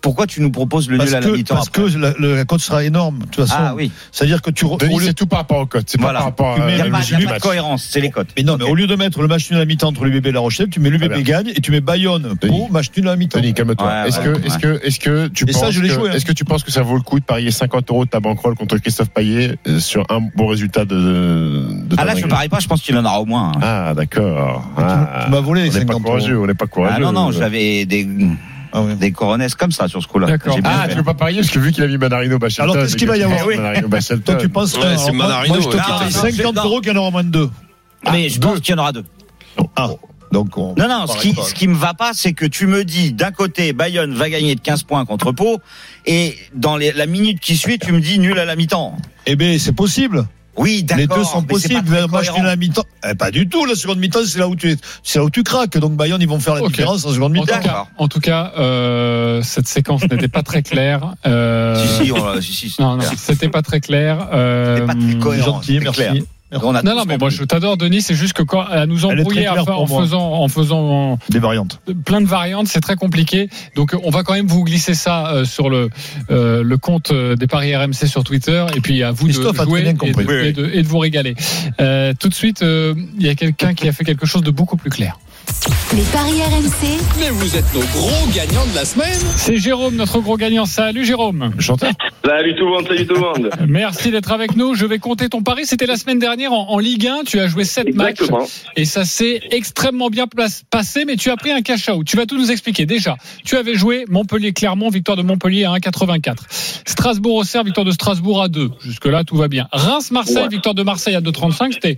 [SPEAKER 7] pourquoi tu nous proposes le
[SPEAKER 6] Parce
[SPEAKER 7] nul à la
[SPEAKER 6] que,
[SPEAKER 7] mi-temps
[SPEAKER 6] parce
[SPEAKER 7] après
[SPEAKER 6] que la, le- la cote sera énorme, de toute façon.
[SPEAKER 7] Ah oui.
[SPEAKER 6] C'est-à-dire que tu. re-
[SPEAKER 8] Denis,
[SPEAKER 6] au lieu-
[SPEAKER 8] c'est tout par rapport aux cotes. C'est
[SPEAKER 7] Voilà.
[SPEAKER 8] pas par rapport
[SPEAKER 6] Tu
[SPEAKER 8] à
[SPEAKER 6] mets-
[SPEAKER 7] Il n'y a
[SPEAKER 8] la
[SPEAKER 7] pas,
[SPEAKER 8] logique
[SPEAKER 7] il y a
[SPEAKER 8] du
[SPEAKER 7] pas de
[SPEAKER 8] match.
[SPEAKER 7] cohérence, c'est les cotes.
[SPEAKER 6] Mais non, mais
[SPEAKER 7] Ok.
[SPEAKER 6] au lieu de mettre le match nul à la mi-temps entre l'UBB et la Rochelle, tu mets l'UBB
[SPEAKER 8] Voilà.
[SPEAKER 6] gagne et tu mets Bayonne, Pau, match nul à la mi-temps.
[SPEAKER 8] Denis, calme-toi.
[SPEAKER 7] Ouais,
[SPEAKER 8] est-ce
[SPEAKER 7] ouais,
[SPEAKER 8] que,
[SPEAKER 7] ouais.
[SPEAKER 8] est-ce que, est-ce que tu
[SPEAKER 6] Et
[SPEAKER 8] penses
[SPEAKER 6] ça, je l'ai
[SPEAKER 8] que,
[SPEAKER 6] joué, hein.
[SPEAKER 8] est-ce que tu penses que ça vaut le coup de parier 50 euros de ta bankroll contre Christophe Payet euh, sur un bon résultat de, de
[SPEAKER 7] Ah
[SPEAKER 8] ta
[SPEAKER 7] là, je
[SPEAKER 8] dinguerie
[SPEAKER 7] parie pas, je pense qu'il y en aura au moins. hein.
[SPEAKER 8] Ah, d'accord. Ah,
[SPEAKER 6] tu m'as volé les
[SPEAKER 8] on n'est pas
[SPEAKER 6] 50 euros.
[SPEAKER 8] courageux, on n'est pas courageux.
[SPEAKER 7] Ah non, non, j'avais des,
[SPEAKER 6] Ah oui.
[SPEAKER 7] des coronesses comme ça sur ce coup-là.
[SPEAKER 5] D'accord.
[SPEAKER 7] J'ai bien
[SPEAKER 8] Ah,
[SPEAKER 7] fait.
[SPEAKER 8] tu veux pas parier parce que vu qu'il a mis Manarino Bachelton.
[SPEAKER 6] Alors, qu'est-ce qu'il va y avoir
[SPEAKER 8] Manarino Bachelton.
[SPEAKER 6] Toi, tu penses.
[SPEAKER 11] Ouais,
[SPEAKER 6] alors,
[SPEAKER 11] c'est
[SPEAKER 6] moi-
[SPEAKER 11] Manarino,
[SPEAKER 6] moi, je te
[SPEAKER 11] ouais.
[SPEAKER 6] parie
[SPEAKER 7] Ah, non,
[SPEAKER 6] 50
[SPEAKER 7] non.
[SPEAKER 6] euros qu'il y en aura moins de deux.
[SPEAKER 7] Ah, Mais je pense qu'il y en aura deux.
[SPEAKER 6] Ah, donc on.
[SPEAKER 7] Non, non, ce qui, ce qui me va pas, c'est que tu me dis, d'un côté, Bayonne va gagner de 15 points contre Pau, et dans les- la minute qui suit, tu me dis nul à la mi-temps.
[SPEAKER 6] Eh bien, c'est possible.
[SPEAKER 7] Oui, d'accord.
[SPEAKER 6] Les deux sont
[SPEAKER 7] mais c'est pas
[SPEAKER 6] possibles. Euh,
[SPEAKER 7] très
[SPEAKER 6] Le match
[SPEAKER 7] cohérent.
[SPEAKER 6] nul à la mi-temps. Eh, pas du tout. La seconde mi-temps, c'est là où tu, c'est là où tu craques. Donc Bayonne, ils vont faire la
[SPEAKER 5] Ok.
[SPEAKER 6] différence en seconde
[SPEAKER 5] En tout
[SPEAKER 6] mi-temps.
[SPEAKER 5] cas, en tout cas, euh, cette séquence n'était pas très claire. Euh,
[SPEAKER 7] Si, si, on, si, si, c'est
[SPEAKER 5] Non, non,
[SPEAKER 7] clair.
[SPEAKER 5] c'était pas très clair.
[SPEAKER 7] C'est
[SPEAKER 5] Euh,
[SPEAKER 7] pas très
[SPEAKER 6] C'est
[SPEAKER 7] cohérent.
[SPEAKER 6] Gentil,
[SPEAKER 7] c'est clair.
[SPEAKER 6] merci.
[SPEAKER 7] On a
[SPEAKER 5] non,
[SPEAKER 7] tous
[SPEAKER 5] non, mais
[SPEAKER 7] compris.
[SPEAKER 5] moi je t'adore, Denis. C'est juste que quand à nous
[SPEAKER 6] Elle est très
[SPEAKER 5] embrouiller à
[SPEAKER 6] claire
[SPEAKER 5] faire- en,
[SPEAKER 6] pour moi.
[SPEAKER 5] faisant, en faisant
[SPEAKER 6] Des variantes.
[SPEAKER 5] plein de variantes, c'est très compliqué. Donc euh, on va quand même vous glisser ça euh, sur le euh, le compte euh, des paris RMC sur Twitter et puis à vous
[SPEAKER 6] Christophe
[SPEAKER 5] de
[SPEAKER 6] a très
[SPEAKER 5] jouer
[SPEAKER 6] bien
[SPEAKER 5] et de,
[SPEAKER 6] compris.
[SPEAKER 5] et de- et de vous régaler. Euh, tout de suite, euh, il y a quelqu'un qui a fait quelque chose de beaucoup plus clair.
[SPEAKER 3] Les paris RMC.
[SPEAKER 4] Mais vous êtes nos gros gagnants de la semaine.
[SPEAKER 5] C'est Jérôme, notre gros gagnant. Salut Jérôme.
[SPEAKER 8] Chanteur.
[SPEAKER 12] Salut tout le monde, salut tout le monde.
[SPEAKER 5] Merci d'être avec nous. Je vais compter ton pari. C'était la semaine dernière en, en Ligue 1. Tu as joué 7 matchs
[SPEAKER 12] Exactement.
[SPEAKER 5] et ça s'est extrêmement bien place- passé, mais tu as pris un cash out. Tu vas tout nous expliquer. Déjà, tu avais joué Montpellier-Clermont, victoire de Montpellier à 1,84. Strasbourg-Auxerre, victoire de Strasbourg à 2. Jusque-là, tout va bien. Reims-Marseille,
[SPEAKER 12] Ouais.
[SPEAKER 5] victoire de Marseille à 2,35. C'était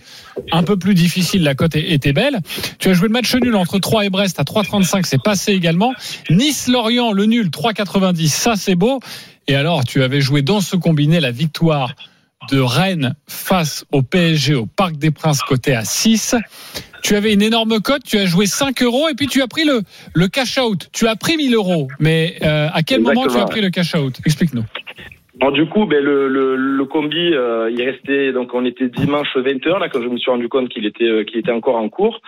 [SPEAKER 5] un peu plus difficile. La cote est- était belle. Tu as joué le match nul entre 3 et Brest à 3,35. C'est passé également. Nice-Lorient, le nul, 3,90. Ça, c'est beau. Et alors, tu avais joué dans ce combiné la victoire de Rennes face au PSG au Parc des Princes côté à 6. Tu avais une énorme cote, tu as joué 5 euros et puis tu as pris le, le cash out. Tu as pris 1000 euros, mais euh, à quel moment tu
[SPEAKER 12] Exactement,
[SPEAKER 5] as pris le cash out Explique-nous.
[SPEAKER 12] Bon, du coup, ben, le, le, le combi, euh, il restait, donc on était dimanche 20h, là, quand je me suis rendu compte qu'il était, euh, qu'il était encore en cours.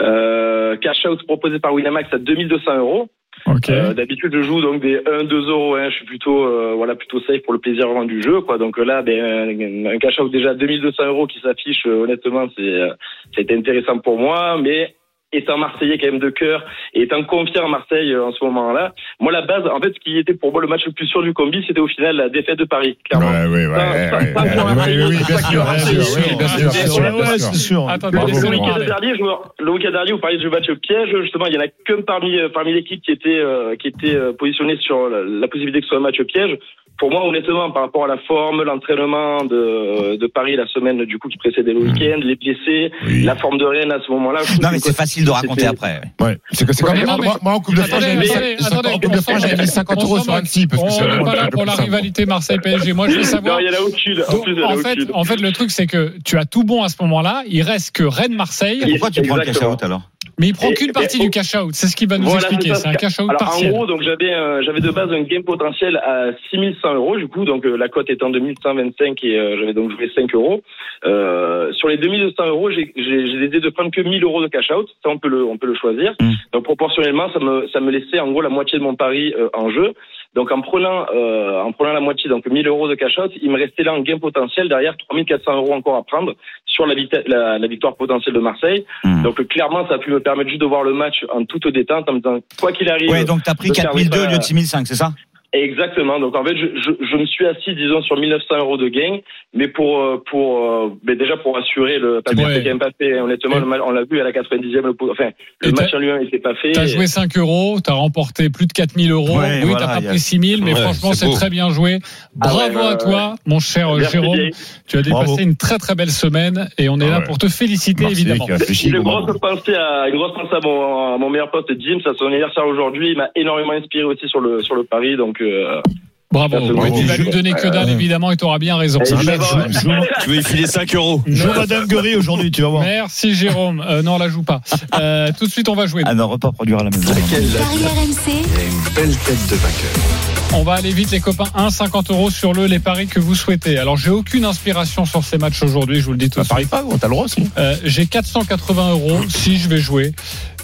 [SPEAKER 12] Euh, cash out proposé par Winamax à 2200 euros.
[SPEAKER 5] Ok.
[SPEAKER 12] Euh, D'habitude, je joue donc des 1, 2 euros. Hein. Je suis plutôt, euh, voilà, plutôt safe pour le plaisir vraiment du jeu, quoi. Donc euh, là, ben, un- un cash out déjà 2200 euros qui s'affiche. euh, honnêtement, c'est, euh, ça a été intéressant pour moi, mais étant marseillais quand même de cœur et étant confiant en Marseille euh, en ce moment-là, moi la base, en fait, ce qui était pour moi le match le plus sûr du combi, c'était au final la défaite de Paris. Clairement.
[SPEAKER 8] oui, oui, bien sûr, bien Ah, sûr, oui, bien sûr, bien sûr, bien sûr.
[SPEAKER 5] Attendez,
[SPEAKER 8] Bravo,
[SPEAKER 5] laissez-le
[SPEAKER 12] le week-end
[SPEAKER 5] parler.
[SPEAKER 12] dernier, je me- le week-end dernier, vous parliez du match au piège. Justement, il y en a que parmi euh, parmi l'équipe qui était euh, qui était euh, positionnée sur la, la possibilité que ce soit un match au piège. Pour moi, honnêtement, par rapport à la forme, l'entraînement de, de Paris la semaine du coup qui précédait le week-end, les blessés, la forme de Rennes à ce moment-là. je trouve
[SPEAKER 7] Non, mais
[SPEAKER 12] que-
[SPEAKER 7] c'est facile de raconter
[SPEAKER 12] c'était-
[SPEAKER 7] après. ouais.
[SPEAKER 8] Ouais, c'est que c'est
[SPEAKER 5] Ouais,
[SPEAKER 8] comme
[SPEAKER 12] Euh,
[SPEAKER 5] non,
[SPEAKER 8] moi,
[SPEAKER 5] mais-
[SPEAKER 8] moi, moi, en Coupe de France,
[SPEAKER 5] Attendez,
[SPEAKER 8] j'avais mis,
[SPEAKER 5] attendez,
[SPEAKER 8] cinq-
[SPEAKER 5] attendez,
[SPEAKER 8] en Coupe de
[SPEAKER 5] on
[SPEAKER 8] France,
[SPEAKER 5] s'en-
[SPEAKER 8] j'avais mis 50
[SPEAKER 5] on
[SPEAKER 8] euros
[SPEAKER 5] s'en
[SPEAKER 8] sur
[SPEAKER 5] moque.
[SPEAKER 8] Annecy parce que
[SPEAKER 5] On
[SPEAKER 8] c'est
[SPEAKER 5] n'est pas là pour la rivalité Marseille-PSG. Moi, je veux
[SPEAKER 12] Non,
[SPEAKER 5] savoir.
[SPEAKER 12] il y en a aucune. En
[SPEAKER 5] Donc,
[SPEAKER 12] plus, il y en a
[SPEAKER 5] en, fait,
[SPEAKER 12] aucune.
[SPEAKER 5] en fait, le truc, c'est que tu as tout bon à ce moment-là. Il reste que Rennes-Marseille,
[SPEAKER 7] Pourquoi tu prends le cash
[SPEAKER 12] Exactement.
[SPEAKER 7] out alors
[SPEAKER 5] mais il prend
[SPEAKER 12] Et-
[SPEAKER 5] qu'une
[SPEAKER 12] et-
[SPEAKER 5] partie du cash out. C'est ce qu'il va nous
[SPEAKER 12] Voilà,
[SPEAKER 5] expliquer.
[SPEAKER 12] c'est ça.
[SPEAKER 5] C'est un cash out
[SPEAKER 12] Alors
[SPEAKER 5] partiel.
[SPEAKER 12] en gros, donc j'avais euh, j'avais de base un game potentiel à 6100 euros du coup, donc euh, la cote étant 2125 et euh, j'avais donc joué 5 euros. Euh, Sur les 2200 euros, j'ai j'ai- j'ai décidé de prendre que 1000 euros de cash out. Ça on peut le on peut le choisir.
[SPEAKER 7] Mm.
[SPEAKER 12] Donc proportionnellement, ça me ça me laissait en gros la moitié de mon pari euh, en jeu. Donc en prenant euh, en prenant la moitié, donc 1000 euros de cash out, il me restait là un gain potentiel derrière 3400 euros encore à prendre sur la, vita- la, la victoire potentielle de Marseille.
[SPEAKER 7] Hmm.
[SPEAKER 12] Donc euh, clairement, ça a pu me permettre juste de voir le match en toute détente, en me disant quoi qu'il arrive.
[SPEAKER 7] Ouais, donc t'as pris
[SPEAKER 12] de faire
[SPEAKER 7] 4002 au
[SPEAKER 12] pas-
[SPEAKER 7] lieu de 6005, c'est ça
[SPEAKER 12] Exactement. Donc en fait, je, je, je me suis assis, disons, sur 1900 euros de gain, mais pour euh, pour euh, mais déjà pour assurer le parce que
[SPEAKER 5] Ouais.
[SPEAKER 12] c'est quand même pas fait. hein. Honnêtement,
[SPEAKER 5] Et-
[SPEAKER 12] le mal- on l'a vu à la 90e, le, po- enfin le
[SPEAKER 5] Et
[SPEAKER 12] match euh, en lui-même n'était pas fait.
[SPEAKER 5] T'as joué 5 euros, t'as remporé plus de 4000 euros.
[SPEAKER 7] Ouais,
[SPEAKER 5] oui,
[SPEAKER 7] voilà,
[SPEAKER 5] t'as pas
[SPEAKER 7] y a-
[SPEAKER 5] pris 6000, mais
[SPEAKER 11] Ouais,
[SPEAKER 5] franchement,
[SPEAKER 11] c'est
[SPEAKER 5] c'est
[SPEAKER 11] beau.
[SPEAKER 5] très bien joué.
[SPEAKER 12] Ah
[SPEAKER 5] Bravo
[SPEAKER 12] ouais, ouais,
[SPEAKER 5] à toi, mon cher euh,
[SPEAKER 12] Merci,
[SPEAKER 5] Jérôme.
[SPEAKER 12] Didier.
[SPEAKER 5] Tu as dépassé
[SPEAKER 6] Bravo.
[SPEAKER 5] une très très belle semaine et on est
[SPEAKER 8] Ah
[SPEAKER 5] là
[SPEAKER 8] ouais.
[SPEAKER 5] pour te féliciter, évidemment.
[SPEAKER 12] Une grosse pensée à une grosse pensée à mon, à mon meilleur pote Jim, ça son anniversaire aujourd'hui, il m'a énormément inspiré aussi sur le sur le pari, donc. Euh,
[SPEAKER 5] Bravo.
[SPEAKER 12] Merci,
[SPEAKER 5] Tu
[SPEAKER 12] Didier.
[SPEAKER 5] vas lui donner que dalle,
[SPEAKER 6] Ouais.
[SPEAKER 5] évidemment, et t'auras bien raison.
[SPEAKER 12] et
[SPEAKER 6] un
[SPEAKER 12] je vais
[SPEAKER 6] mec,
[SPEAKER 12] voir-
[SPEAKER 6] je- je-
[SPEAKER 11] Tu veux y filer 5 euros
[SPEAKER 6] Joue Madame Guéry aujourd'hui, tu vas voir.
[SPEAKER 5] Merci Jérôme. Euh, non, on la joue pas. Euh, tout de suite, on va jouer.
[SPEAKER 7] Ah non, repas produire à la maison.
[SPEAKER 3] Les paris RMC.
[SPEAKER 5] On va aller vite les copains. 1,50 euros sur le les paris que vous souhaitez. Alors j'ai aucune inspiration sur ces matchs aujourd'hui. Je vous le
[SPEAKER 6] Bah,
[SPEAKER 5] dis tout de suite.
[SPEAKER 8] Paris pas, on t'a le droit aussi.
[SPEAKER 5] Euh, j'ai 480 euros si je vais jouer.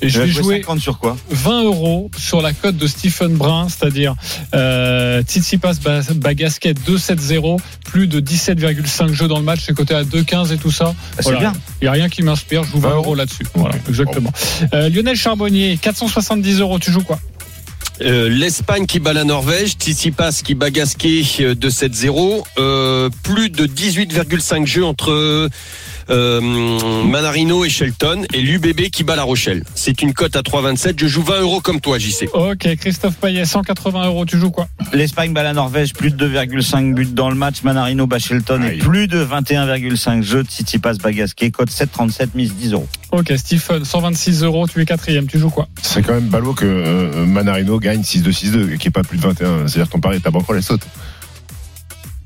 [SPEAKER 5] Et je
[SPEAKER 7] Tu vas
[SPEAKER 5] vais
[SPEAKER 7] jouer
[SPEAKER 5] jouer
[SPEAKER 7] 50 sur
[SPEAKER 11] Oh
[SPEAKER 7] quoi
[SPEAKER 5] 20 euros sur la cote de Stephen Brun, c'est-à-dire euh, Tsitsipas Ba- Bagasket 2-7-0, plus de 17,5 jeux dans le match, c'est coté à 2-15 et tout ça.
[SPEAKER 7] C'est
[SPEAKER 5] Voilà.
[SPEAKER 7] bien.
[SPEAKER 5] Il n'y a rien qui m'inspire, je vous 20
[SPEAKER 8] Ah,
[SPEAKER 5] euros là-dessus. Voilà, exactement. Euh, Lionel Charbonnier, 470 euros, tu joues quoi
[SPEAKER 11] Euh, L'Espagne qui bat la Norvège, Tsitsipas qui bat Gasquet euh, de 7-0, euh, plus de 18,5 jeux entre euh, Manarino et Shelton, et l'UBB qui bat la Rochelle. C'est une cote à 3,27. Je joue 20 euros comme toi, JC.
[SPEAKER 5] Ok, Christophe Payet, 180 euros, tu joues quoi
[SPEAKER 7] L'Espagne bat la Norvège, plus de 2,5 buts dans le match. Manarino bat Shelton et
[SPEAKER 8] Aïe.
[SPEAKER 7] plus de 21,5 jeux de City Pass Bagasquet. Code 737, mise 10 euros.
[SPEAKER 5] Ok, Stephen, 126 euros, tu es quatrième, tu joues quoi
[SPEAKER 8] C'est quand même ballot que euh, Manarino gagne 6-2-6-2, qui est pas plus de 21. C'est-à-dire ton pari, ta banque, elle saute.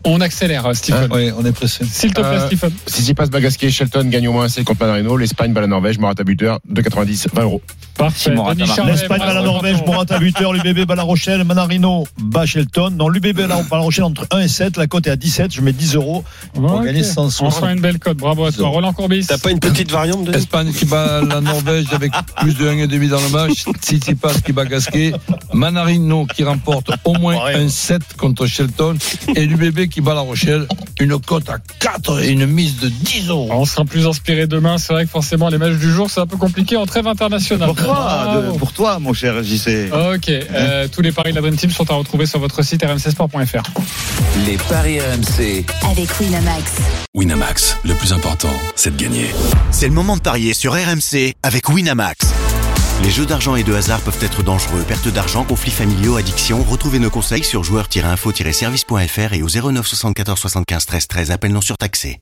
[SPEAKER 5] On accélère, euh, Stephen.
[SPEAKER 6] Ouais, on est pressé.
[SPEAKER 5] S'il te plaît,
[SPEAKER 8] Euh,
[SPEAKER 5] Stephen.
[SPEAKER 8] Si j'y passe Bagasquet, Shelton gagne au moins assez contre Manarino. L'Espagne bat la Norvège, Morata buteur, 2,90, 20 euros.
[SPEAKER 5] Parfait.
[SPEAKER 7] Morata
[SPEAKER 5] Denis
[SPEAKER 7] marque.
[SPEAKER 5] Charvet,
[SPEAKER 6] L'Espagne bat la
[SPEAKER 5] bravo,
[SPEAKER 6] Norvège,
[SPEAKER 5] bravo.
[SPEAKER 6] Morata buteur, l'UBB bat la Rochelle, Manarino bat Shelton. Non, l'UBB bat la Rochelle entre 1 et 7, la cote est à 17, je mets 10 euros. On
[SPEAKER 5] Ok.
[SPEAKER 6] gagne 160.
[SPEAKER 5] Enfin une belle cote, bravo à toi. Roland Courbis.
[SPEAKER 11] T'as pas une petite variante de
[SPEAKER 9] Espagne qui bat la Norvège avec plus de 1,5 dans le match. Tsitsipas qui bat Gasquet. Manarino qui remporte au moins
[SPEAKER 6] Pareil.
[SPEAKER 9] un 7 contre Shelton. Et l'UBB qui bat la Rochelle. Une cote à 4 et une mise de 10 euros.
[SPEAKER 5] On sera plus inspiré demain. C'est vrai que forcément, les matchs du jour, c'est un peu compliqué en trêve internationale.
[SPEAKER 7] Pour toi, de-
[SPEAKER 5] Bravo.
[SPEAKER 7] pour toi, mon cher JC.
[SPEAKER 5] Ok, euh, tous les paris de la Dream Team sont à retrouver sur votre site rmcsport.fr.
[SPEAKER 4] Les paris RMC.
[SPEAKER 3] Avec Winamax.
[SPEAKER 1] Winamax, le plus important, c'est de gagner.
[SPEAKER 2] C'est le moment de parier sur RMC avec Winamax. Les jeux d'argent et de hasard peuvent être dangereux. Perte d'argent, conflits familiaux, addiction. Retrouvez nos conseils sur joueurs-info-service.fr et au 09 74 75 13 13. Appel non surtaxé.